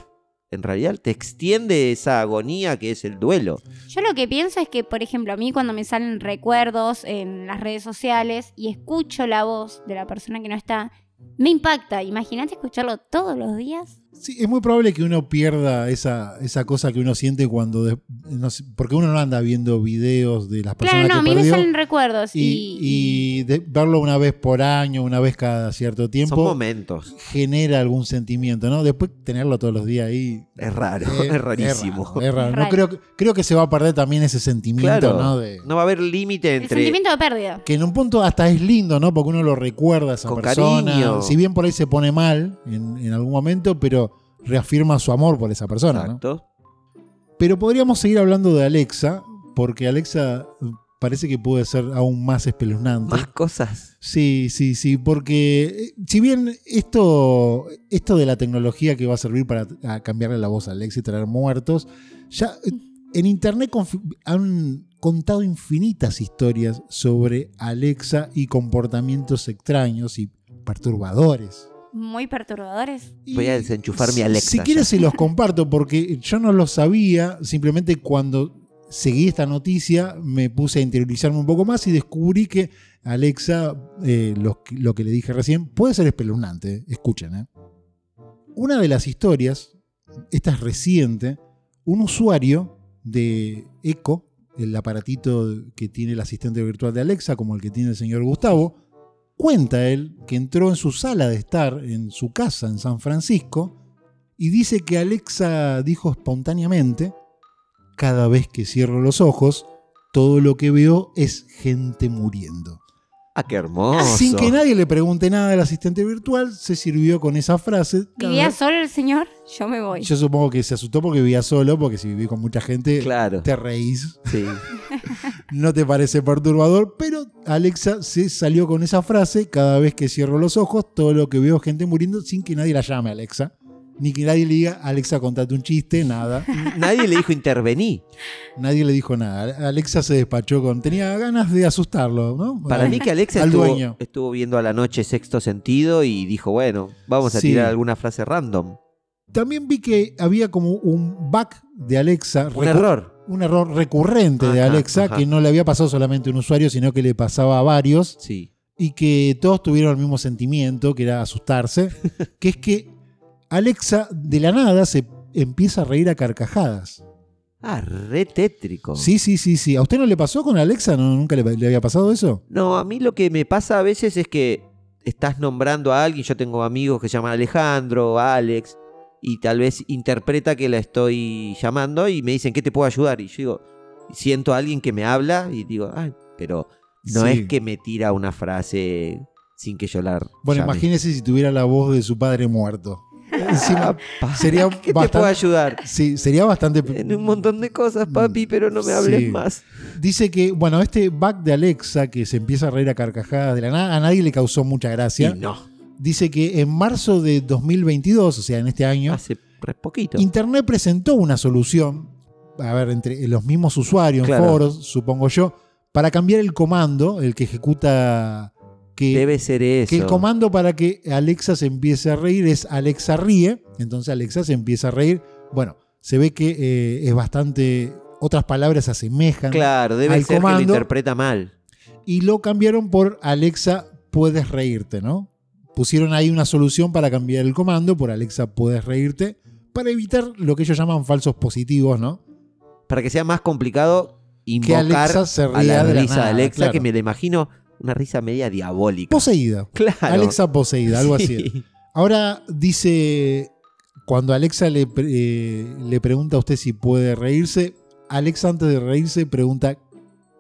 B: en realidad te extiende esa agonía que es el duelo.
C: Yo lo que pienso es que, por ejemplo, a mí cuando me salen recuerdos en las redes sociales y escucho la voz de la persona que no está, me impacta. Imagínate escucharlo todos los días.
A: Sí, es muy probable que uno pierda esa, esa cosa que uno siente cuando. de- no sé, porque uno no anda viendo videos de las personas
C: Claro, no, a
A: Pues que
C: mí me
A: perdió.
C: salen recuerdos
A: y
C: y,
A: y de- verlo una vez por año, una vez cada cierto
B: Son
A: tiempo,
B: momentos.
A: genera algún sentimiento, ¿no? Después tenerlo todos los días ahí.
B: Es raro,
A: eh,
B: es rarísimo.
A: raro, es raro.
C: Es
A: No,
C: raro.
A: creo, que- creo que se va a perder también ese sentimiento,
B: Claro.
A: ¿no? De-
B: No va a haber límite
C: el
B: entre
C: sentimiento de pérdida.
A: que en un punto hasta es lindo, ¿no? Porque uno lo recuerda a esa
B: Con
A: persona.
B: cariño.
A: Si bien por ahí se pone mal en, en algún momento, pero reafirma su amor por esa persona, ¿no?
B: Exacto.
A: Pero podríamos seguir hablando de Alexa, porque Alexa parece que puede ser aún más espeluznante.
B: Más cosas.
A: Sí, sí, sí, porque eh, si bien esto, esto de la tecnología que va a servir para a cambiarle la voz a Alexa y traer muertos, ya eh, en internet confi- han contado infinitas historias sobre Alexa y comportamientos extraños y perturbadores.
C: Muy perturbadores.
A: Y-
B: Voy a desenchufar mi Alexa.
A: si
B: ya.
A: quieres se los comparto porque yo no lo sabía, simplemente cuando seguí esta noticia me puse a interiorizarme un poco más y descubrí que Alexa, eh, lo, que- lo que le dije recién, puede ser espeluznante, eh. escuchen. eh. Una de las historias, esta es reciente, un usuario de Echo, el aparatito que tiene el asistente virtual de Alexa, como el que tiene el señor Gustavo, cuenta él que entró en su sala de estar en su casa en San Francisco Y dice que Alexa dijo espontáneamente, cada vez que cierro los ojos, todo lo que veo es gente muriendo.
B: Ah, qué hermoso.
A: Sin que nadie le pregunte nada al asistente virtual, se sirvió con esa frase. Cada
C: ¿Vivía
A: vez-
C: solo el señor? Yo me voy.
A: Yo supongo que se asustó porque vivía solo, porque si viví con mucha gente,
B: Claro.
A: te reís.
B: Sí.
A: No te parece perturbador, pero Alexa se salió con esa frase, cada vez que cierro los ojos, todo lo que veo es gente muriendo sin que nadie la llame Alexa. Ni que nadie le diga, Alexa, contate un chiste, nada.
B: Nadie le dijo intervení.
A: Nadie le dijo nada. Alexa se despachó con. Tenía ganas de asustarlo, ¿no?
B: Para mí que Alexa
A: Al
B: estuvo,
A: dueño.
B: estuvo viendo a la noche sexto sentido y dijo, bueno, vamos a
A: Sí.
B: tirar alguna frase random.
A: También vi que había como un bug de Alexa.
B: Un
A: recu-
B: error.
A: Un error recurrente de
B: Ajá,
A: Alexa
B: ajá.
A: que no le había pasado solamente a un usuario, sino que le pasaba a varios
B: Sí.
A: y que todos tuvieron el mismo sentimiento, que era asustarse, que es que Alexa de la nada se empieza a reír a carcajadas.
B: Ah, re tétrico.
A: Sí, sí, sí, sí. ¿A usted no le pasó con Alexa? ¿No, ¿Nunca le, le había pasado eso?
B: No, a mí lo que me pasa a veces es que estás nombrando a alguien, yo tengo amigos que se llaman Alejandro, Alex, y tal vez interpreta que la estoy llamando y me dicen, ¿qué te puedo ayudar? Y yo digo, siento a alguien que me habla y digo, ay, pero no
A: Sí.
B: es que me tira una frase sin que yo la...
A: Bueno,
B: llame.
A: imagínese si tuviera la voz de su padre muerto. Encima,
B: Ah, Pa-
A: sería
B: ¿Qué te puedo
A: bastante,
B: ayudar?
A: sí, sería bastante.
B: En un montón de cosas, papi, pero no me hables
A: Sí.
B: más.
A: Dice que, bueno, este back de Alexa que se empieza a reír a carcajadas de la nada, a nadie le causó mucha
B: Sí,
A: gracia.
B: no.
A: Dice que en marzo de 2022, o sea, en este año,
B: Hace re poquito.
A: Internet presentó una solución, a ver, entre los mismos usuarios, en
B: Claro.
A: foros, supongo yo, para cambiar el comando, el que ejecuta que,
B: Debe ser eso.
A: que el comando para que Alexa se empiece a reír es Alexa ríe, entonces Alexa se empieza a reír. Bueno, se ve que eh, es bastante, otras palabras se asemejan
B: Claro, debe
A: al
B: ser que
A: comando.
B: lo interpreta mal.
A: y lo cambiaron por Alexa puedes reírte, ¿no? Pusieron ahí una solución para cambiar el comando por Alexa puedes reírte para evitar lo que ellos llaman falsos positivos, ¿no?
B: para que sea más complicado
A: Que
B: invocar
A: Alexa se
B: a
A: ría
B: la
A: de la
B: risa
A: nada,
B: de Alexa,
A: claro.
B: que me la imagino una risa media diabólica.
A: Poseída.
B: Claro.
A: Alexa poseída, algo así.
B: Sí.
A: Ahora dice, cuando Alexa le, pre- eh, le pregunta a usted si puede reírse, Alexa antes de reírse pregunta,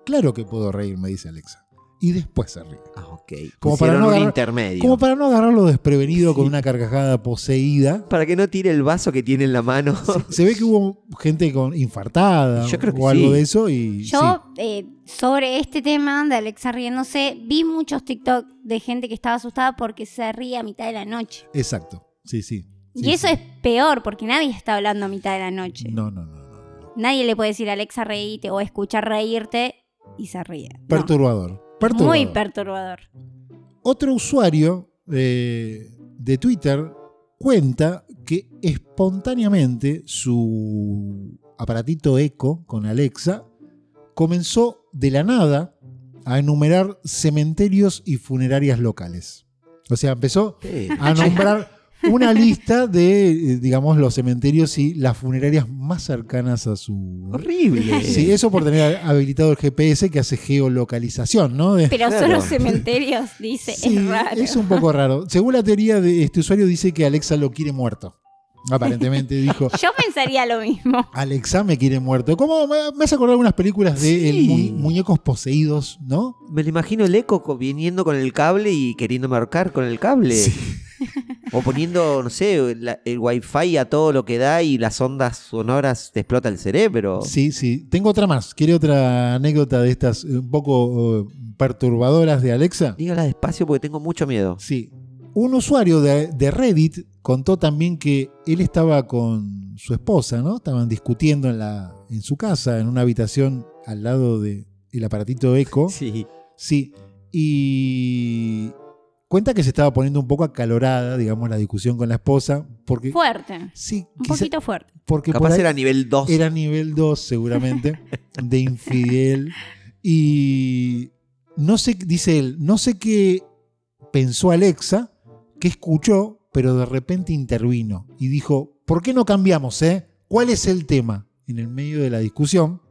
A: claro que puedo reírme, dice Alexa. Y después se ríe.
B: Ah, ok.
A: Como
B: Como
A: para
B: para
A: no
B: un
A: agarrar-
B: intermedio.
A: Como para no agarrarlo desprevenido con
B: Sí.
A: una carcajada poseída.
B: Para que no tire el vaso que tiene en la mano.
A: Se- Se ve que hubo gente con infartada
B: Yo creo que
A: o algo
B: sí.
A: de eso y
C: Yo, eh, sobre este tema de Alexa riéndose, vi muchos TikTok de gente que estaba asustada porque se ríe a mitad de la noche.
A: sí, exacto. Sí, sí.
C: Y
A: Sí,
C: eso
A: sí.
C: es peor porque nadie está hablando a mitad de la noche.
A: No, no, no, no, no.
C: Nadie le puede decir Alexa reíte o escuchar reírte y se ríe. No.
A: Perturbador. Perturbador.
C: Muy perturbador.
A: Otro usuario eh, de Twitter cuenta que espontáneamente su aparatito Echo con Alexa comenzó de la nada a enumerar cementerios y funerarias locales. O sea, empezó
B: Sí.
A: a nombrar una lista de, eh, digamos, los cementerios y las funerarias más cercanas a su...
B: Horrible.
A: Sí, eso por tener habilitado el GPS que hace geolocalización, ¿no? De-
C: Pero
B: Claro.
C: solo cementerios, dice,
A: Sí,
C: es raro.
A: es un poco raro. Según la teoría de este usuario, dice que Alexa lo quiere muerto. Aparentemente dijo,
C: Yo pensaría lo mismo.
A: Alexa me quiere muerto. ¿Cómo me, me hace acordar algunas películas de
B: Sí.
A: el mu- muñecos poseídos, no?
B: Me lo imagino el eco co- viniendo con el cable y queriendo marcar con el cable. O poniendo, no sé, la- el wifi a todo lo que da y las ondas sonoras te explota el
C: Oh.
B: cerebro.
A: Sí, sí. Tengo otra más. ¿Quiere otra anécdota de estas eh, un poco eh, perturbadoras de Alexa?
B: Dígala despacio porque tengo mucho miedo.
A: Sí. Un usuario de, de Reddit contó también que él estaba con su esposa, ¿no? Estaban discutiendo en, la, en su casa, en una habitación al lado del el aparatito Echo.
B: Sí.
A: Sí. Y cuenta que se estaba poniendo un poco acalorada, digamos, la discusión con la esposa. Porque.
C: Fuerte.
A: Sí,
C: Un
A: quizá-
C: poquito fuerte.
A: porque por
B: Capaz
A: ahí
B: era nivel 2.
A: era nivel 2, seguramente, de infidel. Y no sé, dice él, no sé qué pensó Alexa, que escuchó, pero de repente intervino y dijo: ¿Por qué no cambiamos, eh? ¿Cuál es el tema? En el medio de la discusión,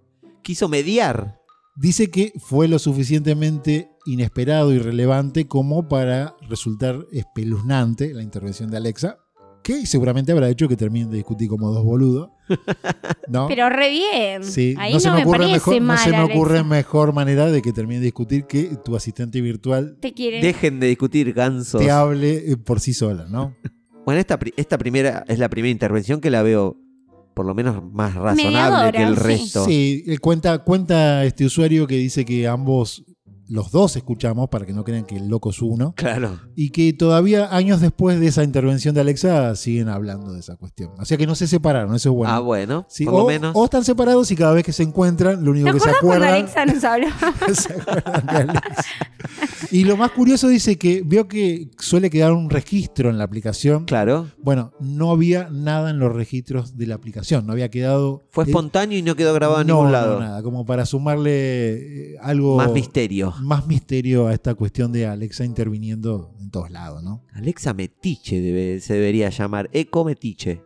B: Quiso mediar.
A: Dice que fue lo suficientemente inesperado y relevante como para resultar espeluznante la intervención de Alexa, que seguramente habrá hecho que terminen de discutir como dos boludos. ¿No?
C: Pero re bien.
A: Sí,
C: Ahí
A: no
C: no,
A: se, me
C: me
A: ocurre
C: parece
A: mejor, no
C: mal,
A: se me
C: Alexa.
A: ocurre mejor manera de que termine de discutir que tu asistente virtual
C: Te quieren.
B: Dejen de discutir, gansos.
A: te hable eh, por sí sola, ¿no?
B: Bueno, esta, pri- esta primera es la primera intervención que la veo por lo menos más razonable
C: Mediadora,
B: que el
C: sí.
B: resto.
A: Sí, eh, cuenta, cuenta este usuario que dice que ambos, los dos escuchamos, para que no crean que el loco es uno,
B: Claro.
A: y que todavía años después de esa intervención de Alexa siguen hablando de esa cuestión. O sea que no se separaron, eso es bueno.
B: Ah, bueno.
A: Sí,
B: por lo
A: o,
B: menos.
A: o están separados y cada vez que se encuentran, lo
C: ¿Te
A: único que se
C: acuerdas cuando
A: acuerdan
C: Alexa nos habló?
A: ¿Se acuerdan de Alexa? Y lo más curioso dice que veo que suele quedar un registro en la aplicación.
B: Claro.
A: Bueno, no había nada en los registros de la aplicación, no había quedado.
B: Fue
A: eh,
B: espontáneo y no quedó grabado en
A: no,
B: ningún
A: no,
B: lado.
A: nada, como para sumarle eh, algo
B: Más misterio.
A: más misterio a esta cuestión de Alexa interviniendo en todos lados, ¿no?
B: Alexa Metiche debe- se debería llamar. Eco Metiche.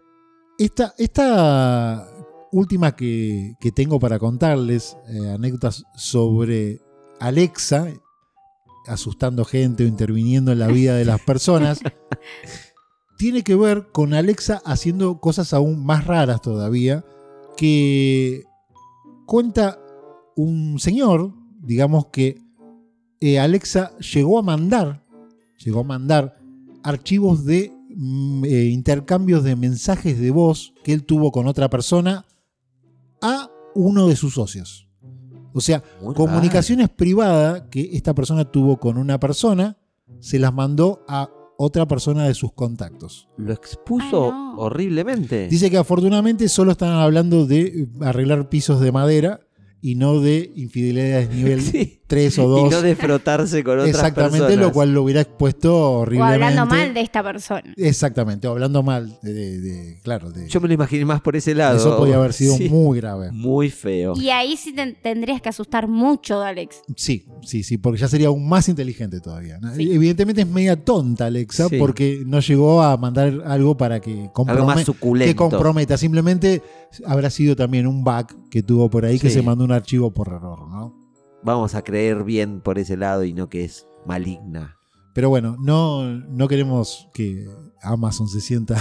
A: Esta, esta última que, que tengo para contarles, eh, anécdotas sobre Alexa asustando gente o interviniendo en la vida de las personas, tiene que ver con Alexa haciendo cosas aún más raras todavía, que cuenta un señor, digamos que eh, Alexa llegó a mandar, llegó a mandar archivos de mm, eh, intercambios de mensajes de voz que él tuvo con otra persona a uno de sus socios. O sea,
B: Muy
A: comunicaciones privadas que esta persona tuvo con una persona, se las mandó a otra persona de sus contactos.
B: raro. Lo expuso
C: Ay, Ah, no.
B: horriblemente.
A: Dice que afortunadamente solo están hablando de eh, arreglar pisos de madera y no de infidelidades nivel
B: Sí.
A: 3 o 2.
B: Y no de frotarse con otras
A: Exactamente,
B: personas.
A: lo cual lo hubiera expuesto
C: o
A: horriblemente.
C: hablando mal de esta persona.
A: Exactamente, o hablando mal de, de- de- claro, de,
B: Yo me lo imaginé más por ese lado.
A: eso podía haber sido
B: Sí.
A: muy grave.
B: Muy feo.
C: Y ahí sí te tendrías que asustar mucho de Alex.
A: Sí, sí, sí, porque ya sería aún más inteligente todavía. ¿no?
C: Sí.
A: Evidentemente es media tonta Alexa
B: Sí.
A: porque no llegó a mandar algo para que,
B: Algo más
A: comprome- que
B: suculento.
A: comprometa. Simplemente habrá sido también un bug que tuvo por ahí que
B: Sí.
A: se mandó un archivo por error, ¿no?
B: Vamos a creer bien por ese lado y no que es maligna.
A: Pero bueno, no, no queremos que Amazon se sienta,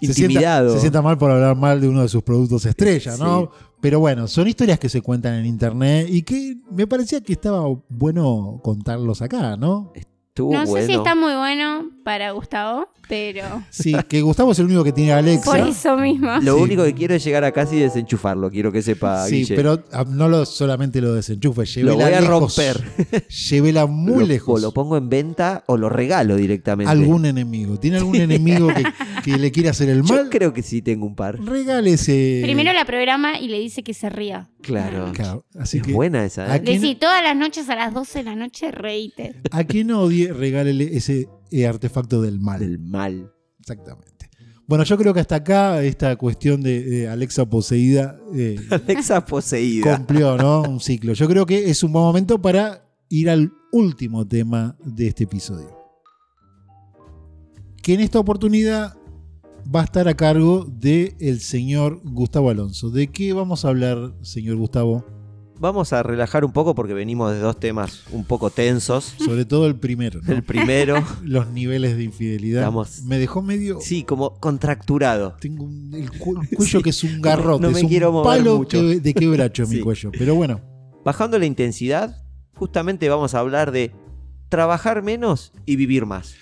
A: se, sienta,
B: Intimidado.
A: se sienta mal por hablar mal de uno de sus productos estrella, ¿no? Pero bueno, son historias que se cuentan en internet y que me parecía que estaba bueno contarlos acá, ¿no?
B: Estuvo
C: no sé
B: Uh, bueno.
C: si está muy bueno para Gustavo, pero
A: Sí, que Gustavo es el único que tiene Alexa.
C: por eso mismo.
B: Lo
A: Sí.
B: único que quiero es llegar a casa y desenchufarlo. Quiero que sepa.
A: Sí,
B: Guille.
A: pero ah, no lo, solamente lo desenchufe, llévela
B: lo voy a
A: lejos.
B: romper.
A: Llévela muy
B: Lo- O
A: lejos.
B: lo pongo en venta o lo regalo directamente.
A: algún enemigo. ¿Tiene algún enemigo que, que le quiere hacer el
B: Yo
A: mal?
B: creo que sí tengo un par.
A: Regálese.
C: Primero la programa y le dice que se ría.
B: Claro.
A: Claro, así
B: Es
A: que
B: buena esa. ¿eh?
A: Aquí- ¿Quién-
C: Decí, todas las noches a las 12 de la noche reíte.
A: a quien odie, regálele ese eh, artefacto del mal.
B: Del mal.
A: Exactamente. Bueno, yo creo que hasta acá esta cuestión de, de Alexa poseída eh,
B: Alexa poseída.
A: cumplió, ¿no? Un ciclo. Yo creo que es un buen momento para ir al último tema de este episodio. Que en esta oportunidad va a estar a cargo del señor Gustavo Alonso. ¿De qué vamos a hablar, señor Gustavo?
B: Vamos a relajar un poco porque venimos de dos temas un poco tensos.
A: Sobre todo el primero, ¿no?
B: El primero,
A: Los niveles de infidelidad.
B: Estamos-
A: Me dejó medio.
B: sí, como contracturado.
A: Tengo un- el, cu- el cuello que es un garrote,
B: No me
A: es un
B: quiero mover
A: palo
B: mucho.
A: que- de quebracho mi
B: Sí.
A: cuello. Pero bueno,
B: Bajando la intensidad, justamente vamos a hablar de trabajar menos y vivir más.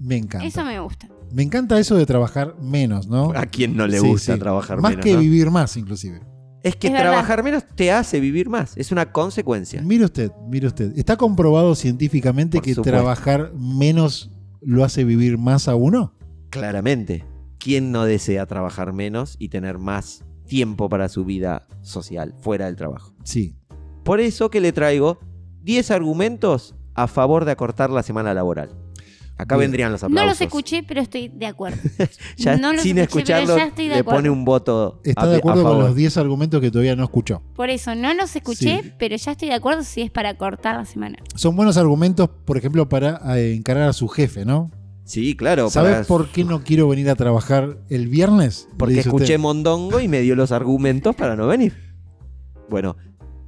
A: me encanta.
C: Eso me gusta.
A: Me encanta eso de trabajar menos, ¿no?
B: A quien no le
A: Sí,
B: gusta
A: sí.
B: trabajar
A: más
B: menos.
A: que
B: no?
A: vivir más, inclusive.
B: Es que
C: Es verdad.
B: trabajar menos te hace vivir más. Es una consecuencia.
A: Mire usted, mire usted. Está comprobado científicamente
B: Por
A: que
B: supuesto.
A: trabajar menos lo hace vivir más a uno.
B: Claramente. ¿Quién no desea trabajar menos y tener más tiempo para su vida social fuera del trabajo?
A: Sí.
B: Por eso que le traigo 10 argumentos a favor de acortar la semana laboral. Acá
A: Bien.
B: vendrían los aplausos.
C: No los escuché, pero estoy de acuerdo.
B: Ya
C: no los
B: sin
C: escuché, pero
B: escucharlo
C: ya estoy de
B: le
C: acuerdo.
B: pone un voto
A: Está
B: a-
A: de
B: a
A: acuerdo con
B: favor.
A: los 10 argumentos que todavía no escuchó.
C: Por eso no los escuché,
A: Sí.
C: pero ya estoy de acuerdo si es para cortar la semana.
A: Son buenos argumentos, por ejemplo, para eh, encarar a su jefe, ¿no?
B: Sí, claro. para-
A: ¿Sabes por qué no quiero venir a trabajar el viernes? Le
B: Porque
A: dice usted.
B: escuché Mondongo y me dio los argumentos para no venir. Bueno,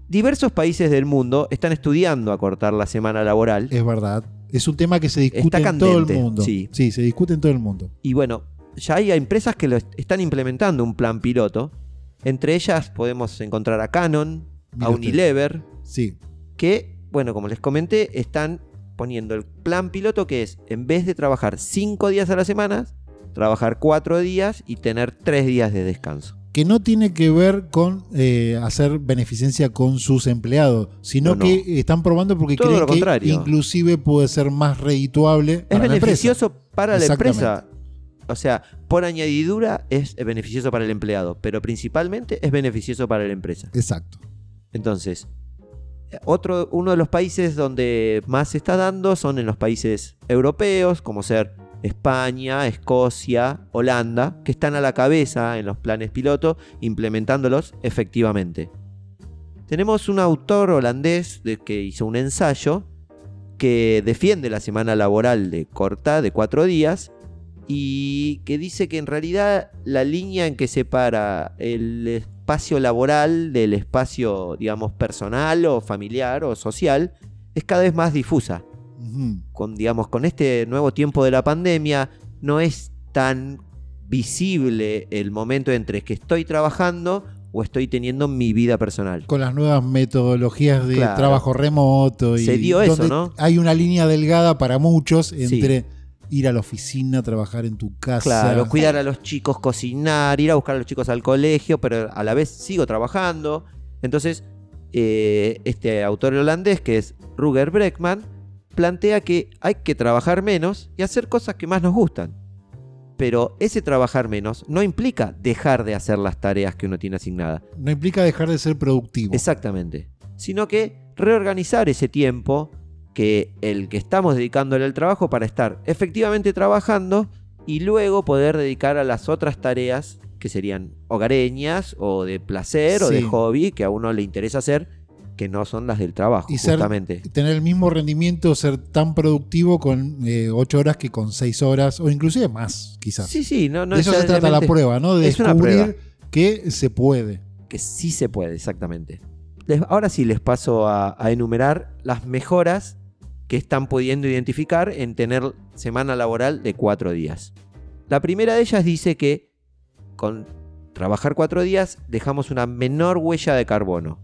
B: diversos países del mundo están estudiando acortar la semana laboral
A: Eh. Es verdad. Es un tema que se discute
B: Está
A: en todo el
B: candente,
A: mundo.
B: sí.
A: se discute en todo el mundo.
B: Y bueno, ya hay empresas que lo est- están implementando un plan piloto. Entre ellas podemos encontrar a Canon,
A: Mire
B: a
A: usted.
B: Unilever,
A: Sí,
B: que, bueno, como les comenté, están poniendo el plan piloto que es, en vez de trabajar 5 días a la semana, trabajar 4 días y tener 3 días de descanso.
A: que no tiene que ver con eh, hacer beneficencia con sus empleados, sino
B: No, no.
A: que están probando porque
B: Todo
A: creen
B: lo
A: que
B: contrario.
A: inclusive puede ser más redituable
B: Es
A: para la empresa.
B: beneficioso para la
A: Exactamente.
B: empresa. O sea, por añadidura es beneficioso para el empleado, pero principalmente es beneficioso para la empresa.
A: Exacto.
B: Entonces, otro, uno de los países donde más se está dando son en los países europeos, como ser España, Escocia, Holanda, que están a la cabeza en los planes piloto, implementándolos efectivamente. Tenemos un autor holandés de- que hizo un ensayo que defiende la semana laboral de corta de cuatro días y que dice que en realidad la línea en que separa el espacio laboral del espacio, digamos, personal o familiar o social es cada vez más difusa.
A: Ujú.
B: Con, digamos, con este nuevo tiempo de la pandemia no es tan visible el momento entre que estoy trabajando o estoy teniendo mi vida personal.
A: Con las nuevas metodologías de
B: Claro.
A: trabajo remoto y
B: Se dio eso,
A: donde
B: ¿no?
A: hay una línea delgada para muchos
B: Sí.
A: entre ir a la oficina, trabajar en tu casa.
B: Claro, cuidar a los chicos, cocinar, ir a buscar a los chicos al colegio, pero a la vez sigo trabajando. Entonces, eh, este autor holandés, que es Ruger Breckman, plantea que hay que trabajar menos y hacer cosas que más nos gustan. Pero ese trabajar menos no implica dejar de hacer las tareas que uno tiene asignadas.
A: No implica dejar de ser productivo.
B: Exactamente. Sino que reorganizar ese tiempo que el que estamos dedicándole al trabajo para estar efectivamente trabajando y luego poder dedicar a las otras tareas que serían hogareñas o de placer o de
A: Sí.
B: hobby que a uno le interesa hacer que no son las del trabajo
A: Y ser-
B: justamente.
A: Tener el mismo rendimiento, ser tan productivo con eh, ocho horas que con seis horas, o inclusive más, quizás.
B: Sí, sí, no, no
A: de eso se trata la
B: necesariamente-
A: prueba, ¿no? De
B: es una
A: descubrir que se puede.
B: que sí se puede, exactamente. Les- ahora sí les paso a, a enumerar las mejoras que están pudiendo identificar en tener semana laboral de cuatro días. La primera de ellas dice que con trabajar cuatro días dejamos una menor huella de carbono.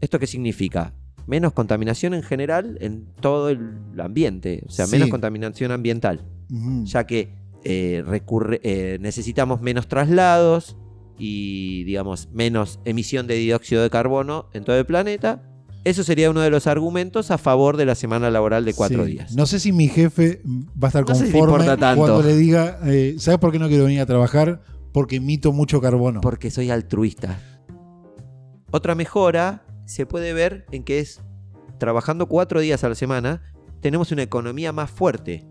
B: ¿Esto qué significa? Menos contaminación en general en todo el ambiente, o sea,
A: Sí.
B: menos contaminación ambiental
A: Ujú.
B: ya que eh, recurre- eh, necesitamos menos traslados y, digamos, menos emisión de dióxido de carbono en todo el planeta. Eso sería uno de los argumentos a favor de la semana laboral de cuatro
A: Sí.
B: días.
A: No sé si mi jefe va a estar
B: No sé si te
A: conforme
B: importa tanto.
A: cuando le diga, eh, ¿sabes por qué no quiero venir a trabajar? Porque emito mucho carbono.
B: Porque soy altruista. Otra mejora se puede ver en que es, trabajando cuatro días a la semana, tenemos una economía más fuerte,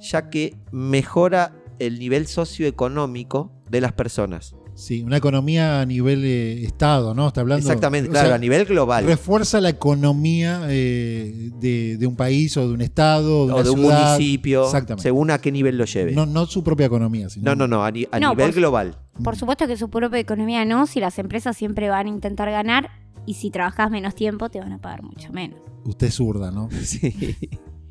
B: ya que mejora el nivel socioeconómico de las personas.
A: Sí, una economía a nivel eh, Estado, ¿no? Está hablando.
B: Exactamente,
A: o
B: claro,
A: sea,
B: a nivel global.
A: Refuerza la economía eh, de, de un país o de un Estado, de una
B: o de un
A: ciudad.
B: municipio,
A: Exactamente.
B: según a qué nivel lo lleve.
A: No,
B: No,
A: no su propia economía, sino.
B: no, no, a, ni- a
C: No,
B: nivel
C: por-
B: global.
C: Por supuesto que su propia economía no, si las empresas siempre van a intentar ganar y si trabajas menos tiempo te van a pagar mucho menos.
A: Usted es zurda, ¿no?
B: Sí.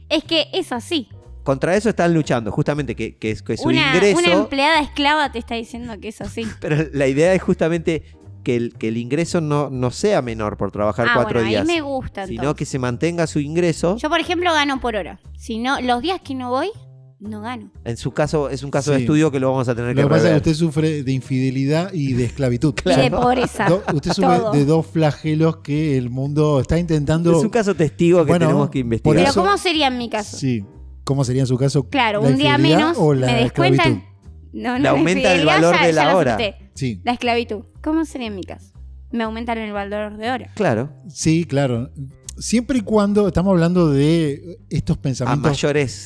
C: Es que es así.
B: Contra eso están luchando, justamente que, que es- que su
C: Una,
B: ingreso.
C: una empleada esclava te está diciendo que es así.
B: Pero la idea es justamente que el, que el ingreso no, no sea menor por trabajar
C: ah,
B: cuatro
C: bueno,
B: días,
C: ahí me gusta.
B: sino
C: entonces.
B: que se mantenga su ingreso.
C: Yo, por ejemplo, gano por hora. Si no, los días que no voy, no gano.
B: En su caso, es un caso de
A: Sí.
B: estudio que lo vamos a
A: Lo
B: tener
A: que
B: que
A: pasa es que
B: rever.
A: usted sufre de infidelidad y de esclavitud.
C: Y de
B: Claro.
C: pobreza.
A: Do- usted sufre
C: Todo.
A: de dos flagelos que el mundo está intentando.
B: Es un caso testigo que
A: Bueno,
B: tenemos que
A: por
B: investigar.
C: Pero,
A: eso-
C: ¿cómo sería en mi caso?
A: Sí. ¿Cómo sería en su caso?
C: Claro,
A: la
C: un día
A: infidelidad
C: menos
A: o la
C: me
A: esclavitud?
C: descuentan. No, no,
B: Le aumentan el
C: infidelidad
B: valor
C: ya-
B: de
C: ya
B: la
C: lo
B: hora.
C: acepté.
A: Sí,
C: La esclavitud. ¿Cómo sería en mi caso? Me aumentan el valor de hora.
B: Claro,
A: sí, claro. Siempre y cuando estamos hablando de estos
B: a
A: pensamientos
B: mayores.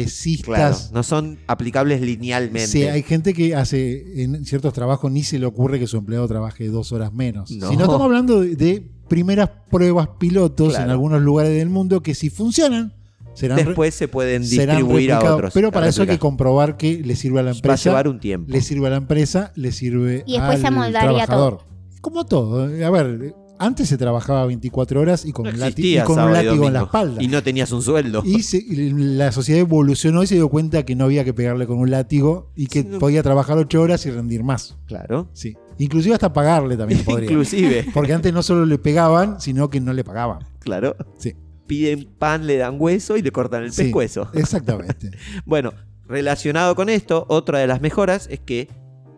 B: Claro,
A: progresistas.
B: no son aplicables linealmente.
A: Sí, hay gente que hace en ciertos trabajos ni se le ocurre que su empleado trabaje dos horas menos.
B: No.
A: Si no estamos hablando de, de primeras pruebas pilotos en
B: Claro.
A: algunos lugares del mundo que si funcionan serán re-
B: Después se pueden
A: serán
B: distribuir a
A: replicados.
B: otros.
A: Pero para
B: a
A: eso hay que
B: replicar.
A: comprobar que le sirve a la
B: Va a
A: empresa.
B: llevar un tiempo.
A: le sirve a la empresa, le sirve
C: Y después
A: al
C: se amoldaría
A: trabajador. Como todo. A ver, Antes se trabajaba 24 horas y con,
B: No
A: un
B: existía
A: láti- y con
B: sábado
A: un
B: y
A: látigo en la
B: domingo.
A: espalda.
B: Y no tenías un sueldo.
A: Y se- y la sociedad evolucionó y se dio cuenta que no había que pegarle con un látigo y que
B: Sí, no.
A: podía trabajar ocho horas y rendir más.
B: Claro.
A: Sí. Inclusive hasta pagarle también podría.
B: Inclusive,
A: Porque antes no solo le pegaban, sino que no le pagaban.
B: claro.
A: Sí.
B: Piden pan, le dan hueso y le cortan el
A: Sí.
B: pescuezo.
A: Exactamente.
B: Bueno, relacionado con esto, otra de las mejoras es que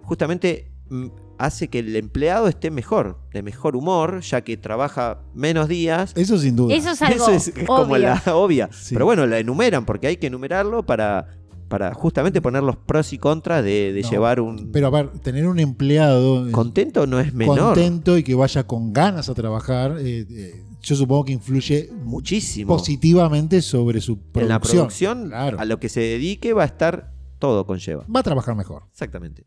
B: justamente mm, hace que el empleado esté mejor, de mejor humor, ya que trabaja menos días.
A: Eso sin duda.
C: Eso es algo
B: Eso es
C: obvio.
B: como la obvia.
A: Sí.
B: Pero bueno, la enumeran porque hay que enumerarlo para, para justamente poner los pros y contras de, de
A: No,
B: llevar un...
A: Pero a ver, tener un empleado eh,
B: contento no es menor.
A: contento y que vaya con ganas a trabajar, eh, eh, yo supongo que influye mu-
B: Muchísimo.
A: positivamente sobre su producción.
B: en la producción,
A: Claro.
B: a lo que se dedique va a estar todo conlleva.
A: Va a trabajar mejor.
B: Exactamente.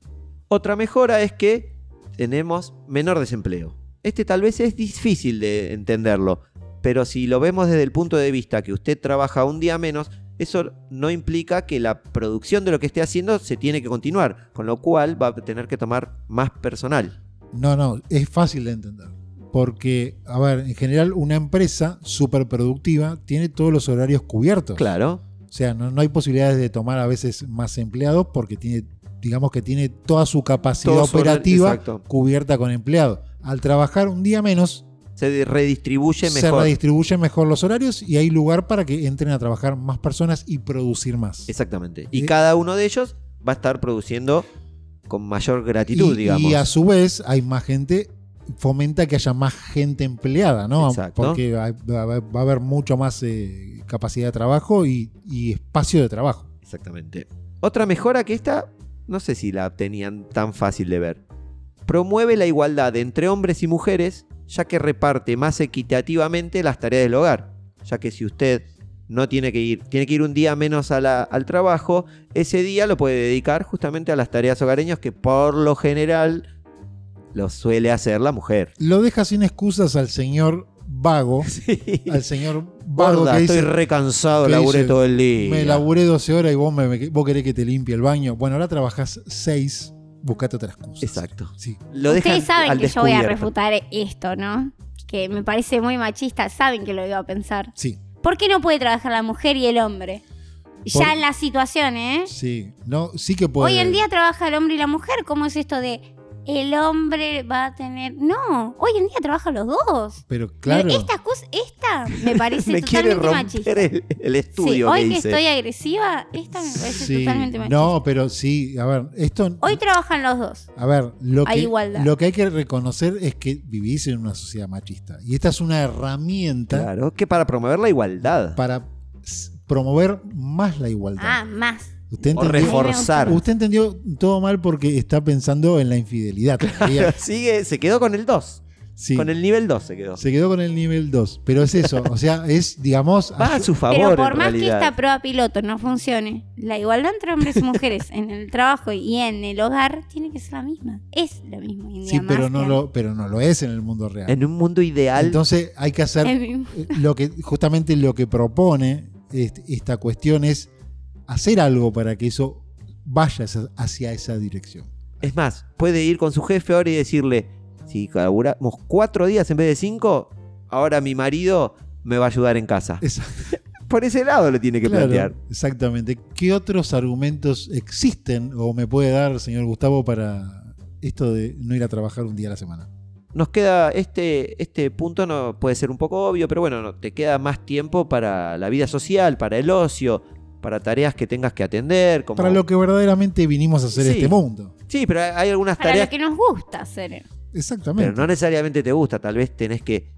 B: Otra mejora es que tenemos menor desempleo. Este tal vez es difícil de entenderlo, pero si lo vemos desde el punto de vista que usted trabaja un día menos, eso no implica que la producción de lo que esté haciendo se tiene que continuar, con lo cual va a tener que tomar más personal.
A: No, no, es fácil de entender. Porque, a ver, en general una empresa súper productiva tiene todos los horarios cubiertos.
B: Claro,
A: O sea, no, no hay posibilidades de tomar a veces más empleados porque tiene, digamos que tiene toda su capacidad
B: Todo su horario-
A: operativa
B: exacto.
A: cubierta con empleados. Al trabajar un día menos,
B: se redistribuye
A: se
B: mejor.
A: redistribuyen mejor los horarios y hay lugar para que entren a trabajar más personas y producir más.
B: Exactamente. Y
A: Eh.
B: cada uno de ellos va a estar produciendo con mayor gratitud,
A: y,
B: digamos.
A: y a su vez hay más gente, fomenta que haya más gente empleada, ¿no?
B: Exacto.
A: Porque hay- va, va- va a haber mucho más eh, capacidad de trabajo y, y espacio de trabajo.
B: Exactamente. Otra mejora que esta, no sé si la tenían tan fácil de ver. Promueve la igualdad entre hombres y mujeres, ya que reparte más equitativamente las tareas del hogar. Ya que si usted no tiene que ir, tiene que ir un día menos a la- al trabajo, ese día lo puede dedicar justamente a las tareas hogareñas que por lo general lo suele hacer la mujer.
A: Lo deja sin excusas al señor vago, al señor vago
B: Gorda,
A: que
B: estoy
A: dice,
B: recansado,
A: que
B: laburé
A: dice,
B: todo el día.
A: me laburé 12 horas y vos, me, vos querés que te limpie el baño. Bueno, ahora trabajás 6, buscate otra excusa.
B: Exacto.
A: Sí,
B: Lo dejan
C: Ustedes saben
B: al
C: que yo voy a
B: descubierto.
C: refutar esto, ¿no? Que me parece muy machista, saben que lo iba a pensar.
A: sí,
C: ¿Por qué no puede trabajar la mujer y el hombre? Ya
A: Por-
C: en la situación, ¿eh?
A: sí. No, sí que puede.
C: Hoy en día trabaja el hombre y la mujer. ¿Cómo es esto de el hombre va a tener.? No, hoy en día trabajan los dos.
A: Pero claro.
C: Pero Esta, cosa- esta me parece
B: me quiere
C: totalmente
B: romper
C: machista.
B: el, el estudio
C: Sí,
B: que
C: hoy que
B: hice.
C: estoy agresiva, esta me parece
A: Sí,
C: totalmente machista.
A: no, pero sí, a ver, esto.
C: Hoy trabajan los dos.
A: A ver, lo
C: Hay
A: que,
C: igualdad.
A: lo que hay que reconocer es que vivís en una sociedad machista. Y esta es una herramienta
B: Claro, que para promover la igualdad.
A: para s- promover más la igualdad.
C: Ah, más.
A: usted,
B: o
A: entendió,
B: reforzar.
A: usted entendió todo mal porque está pensando en la infidelidad. todavía.
B: Sigue, se quedó con el 2.
A: Sí,
B: Con el nivel 2 se quedó.
A: Se quedó con el nivel 2. Pero es eso, o sea, es, digamos,
B: Va a su favor
C: Pero por
B: en
C: más
B: realidad.
C: que esta prueba piloto no funcione, la igualdad entre hombres y mujeres en el trabajo y en el hogar tiene que ser la misma. Es lo mismo. hoy en día,
A: sí,
C: más
A: pero no,
C: que
A: lo, pero no lo es en el mundo real.
B: En un mundo ideal,
A: Entonces hay que hacer
C: antes. Es mismo.
A: Eh, lo que justamente lo que propone est- esta cuestión es hacer algo para que eso vaya esa- hacia esa dirección.
B: es más, puede ir con su jefe ahora y decirle, si laburamos cuatro días en vez de cinco, ahora mi marido me va a ayudar en casa.
A: Esa-
B: Por ese lado lo tiene que
A: claro,
B: plantear.
A: Exactamente. ¿Qué otros argumentos existen o me puede dar, señor Gustavo, para esto de no ir a trabajar un día a la semana?
B: Nos queda este, este punto, no puede ser un poco obvio, pero bueno, no, te queda más tiempo para la vida social, para el ocio, para tareas que tengas que atender. Como...
A: Para lo que verdaderamente vinimos a hacer
B: Sí.
A: este mundo.
B: Sí, pero hay- hay algunas
C: Para
B: tareas
C: lo que nos gusta hacer.
A: Exactamente.
B: Pero no necesariamente te gusta, tal vez tenés que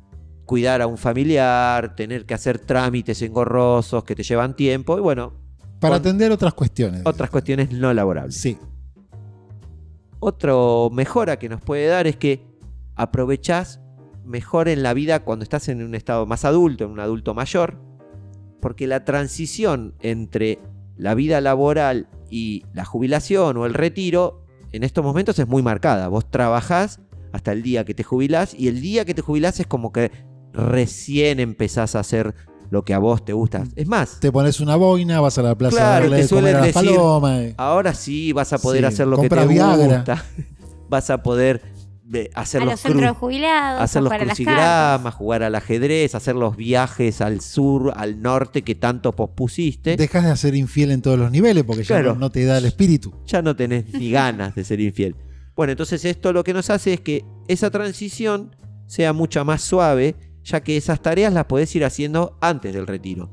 B: cuidar a un familiar, tener que hacer trámites engorrosos que te llevan tiempo y bueno,
A: para
B: con-
A: atender otras cuestiones.
B: otras cuestiones no laborables.
A: Sí,
B: Otra mejora que nos puede dar es que aprovechás mejor en la vida cuando estás en un estado más adulto, en un adulto mayor, porque la transición entre la vida laboral y la jubilación o el retiro en estos momentos es muy marcada. Vos trabajás hasta el día que te jubilás y el día que te jubilás es como que recién empezás a hacer lo que a vos te gusta. Es más,
A: te pones una boina, vas a la plaza
B: Claro,
A: a darle
B: te
A: de comer
B: suelen
A: a las
B: decir, Ah,
A: palomas. eh.
B: ahora sí vas a poder
A: Sí,
B: hacer lo que te
A: compra Viagra.
B: gusta. Vas a poder de hacer
C: a los
B: los, cru-
C: centros de jubilados, a
B: hacer los
C: jugar a las cartas.
B: crucigramas, jugar al ajedrez, hacer los viajes al sur, al norte que tanto pospusiste.
A: Dejas de hacer infiel en todos los niveles porque ya
B: ¿eh? Claro.
A: no, no te da el espíritu.
B: ya no tenés ni ganas de ser infiel. Bueno, entonces esto lo que nos hace es que esa transición sea mucha más suave, ya que esas tareas las podés ir haciendo antes del retiro.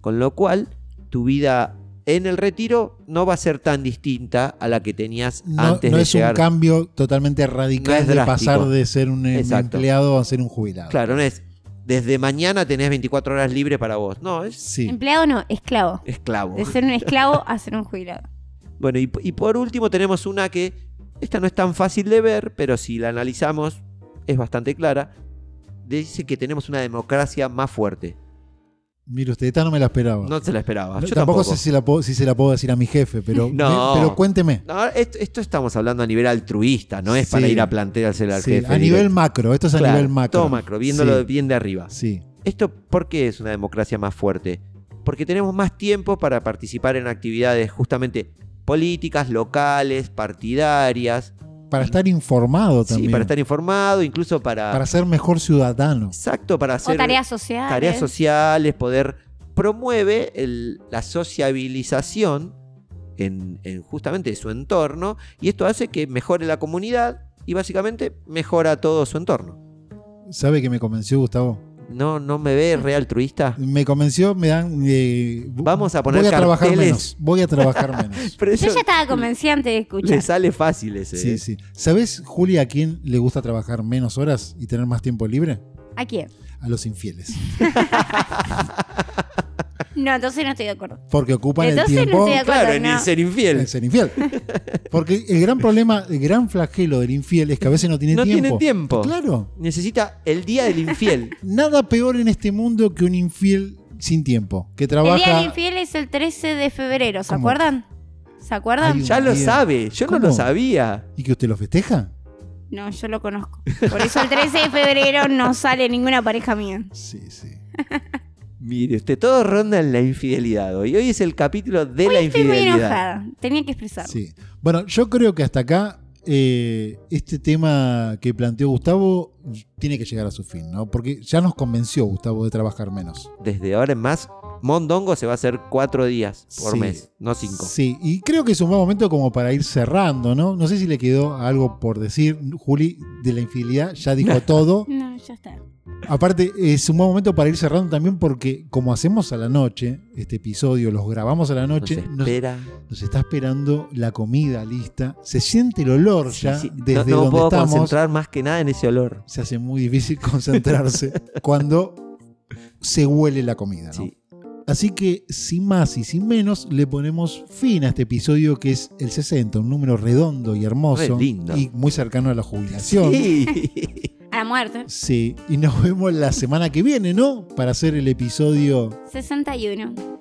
B: Con lo cual, tu vida en el retiro no va a ser tan distinta a la que tenías
A: No,
B: antes
A: no
B: de
A: es un
B: llegar.
A: cambio totalmente
B: No
A: radical
B: es
A: de
B: drástico.
A: pasar de ser un, em-
B: Exacto.
A: empleado a ser un jubilado.
B: Claro, no es desde mañana tenés 24 horas libre para vos. No, es
A: Sí.
C: Empleado no, esclavo.
B: esclavo.
C: De ser un esclavo a ser un jubilado.
B: Bueno, y, y por último tenemos una que esta no es tan fácil de ver, pero si la analizamos es bastante clara. Dice que tenemos una democracia más fuerte.
A: Mire usted, esta no me la esperaba.
B: No se la esperaba.
A: No,
B: Yo
A: tampoco
B: tampoco.
A: sé si, la puedo, si se la puedo decir a mi jefe, pero,
B: No.
A: me- pero cuénteme.
B: No, esto, esto estamos hablando a nivel altruista, no es
A: Sí.
B: para ir a planteárselo al
A: Sí,
B: jefe.
A: a nivel
B: directo.
A: macro, esto es a
B: Claro,
A: nivel macro.
B: Todo macro, viéndolo
A: Sí,
B: bien de arriba.
A: Sí,
B: ¿Esto por qué es una democracia más fuerte? Porque tenemos más tiempo para participar en actividades justamente políticas, locales, partidarias,
A: para estar informado
B: sí,
A: también.
B: para estar informado, incluso
A: para ser mejor ciudadano.
B: Exacto, para hacer
C: O tareas sociales.
B: tareas sociales, poder promueve el- la sociabilización en, en justamente su entorno y esto hace que mejore la comunidad y básicamente mejora todo su entorno.
A: ¿Sabe que me convenció, Gustavo?
B: No, no me ve re altruista.
A: Me convenció, me dan. eh,
B: Vamos a poner
A: Voy a trabajar
B: carteles.
A: menos. Voy a trabajar menos.
B: Pero
C: Yo
B: eso
C: ya estaba convencida antes de escuchar.
B: le sale fácil ese.
A: Sí,
B: ¿eh?
A: sí. ¿Sabes, Julia, a quién le gusta trabajar menos horas y tener más tiempo libre?
C: ¿A quién?
A: A los infieles.
C: No, entonces no estoy de acuerdo.
A: Porque ocupan
C: Entonces no
A: el tiempo
C: estoy de acuerdo,
B: Claro, en
C: no.
B: ser infiel.
A: en ser infiel. Porque el gran problema, el gran flagelo del infiel es que a veces no tiene
B: no
A: tiempo.
B: tiene tiempo.
A: Claro.
B: Necesita el día del infiel.
A: Nada peor en este mundo que un infiel sin tiempo. Que
C: El Día
A: trabaja.
C: del Infiel es el 13 de febrero, ¿se
A: ¿Cómo?
C: acuerdan? ¿Se
A: Hay
C: acuerdan?
A: un-
B: ya lo
A: Bien.
B: sabe. Yo no
A: ¿Cómo?
B: lo sabía.
A: ¿Y que usted lo festeja?
C: No, yo lo conozco. Por eso el 13 de febrero no sale ninguna pareja mía.
A: Sí, sí.
B: Mire usted, todo ronda en la infidelidad hoy. Hoy es el capítulo de la
C: Estoy muy
B: infidelidad.
C: enojada. Tenía que expresarlo.
A: Sí. Bueno, yo creo que hasta acá eh, este tema que planteó Gustavo tiene que llegar a su fin, ¿no? Porque ya nos convenció Gustavo de trabajar menos.
B: Desde ahora en más, Mondongo se va a hacer cuatro días por
A: Sí.
B: mes, no cinco.
A: Sí, y creo que es un buen momento como para ir cerrando, ¿no? No sé si le quedó algo por decir, Juli, de la infidelidad, ya dijo todo.
C: No, ya está.
A: Aparte, es un buen momento para ir cerrando también porque como hacemos a la noche, este episodio, los grabamos a la
B: Nos
A: noche, nos,
B: espera.
A: nos está esperando la comida lista, se siente el olor
B: Sí,
A: ya
B: sí. No-
A: desde
B: no
A: donde
B: puedo
A: estamos.
B: concentrar más que nada en ese olor.
A: se hace muy difícil concentrarse cuando se huele la comida. ¿no?
B: Sí.
A: Así que, sin más y sin menos, le ponemos fin a este episodio que es el 60, un número redondo y hermoso
B: Re lindo.
A: y muy cercano a la jubilación.
B: Sí.
C: A la muerte.
A: Sí, y nos vemos la semana que viene, ¿no? Para hacer el episodio
C: 61.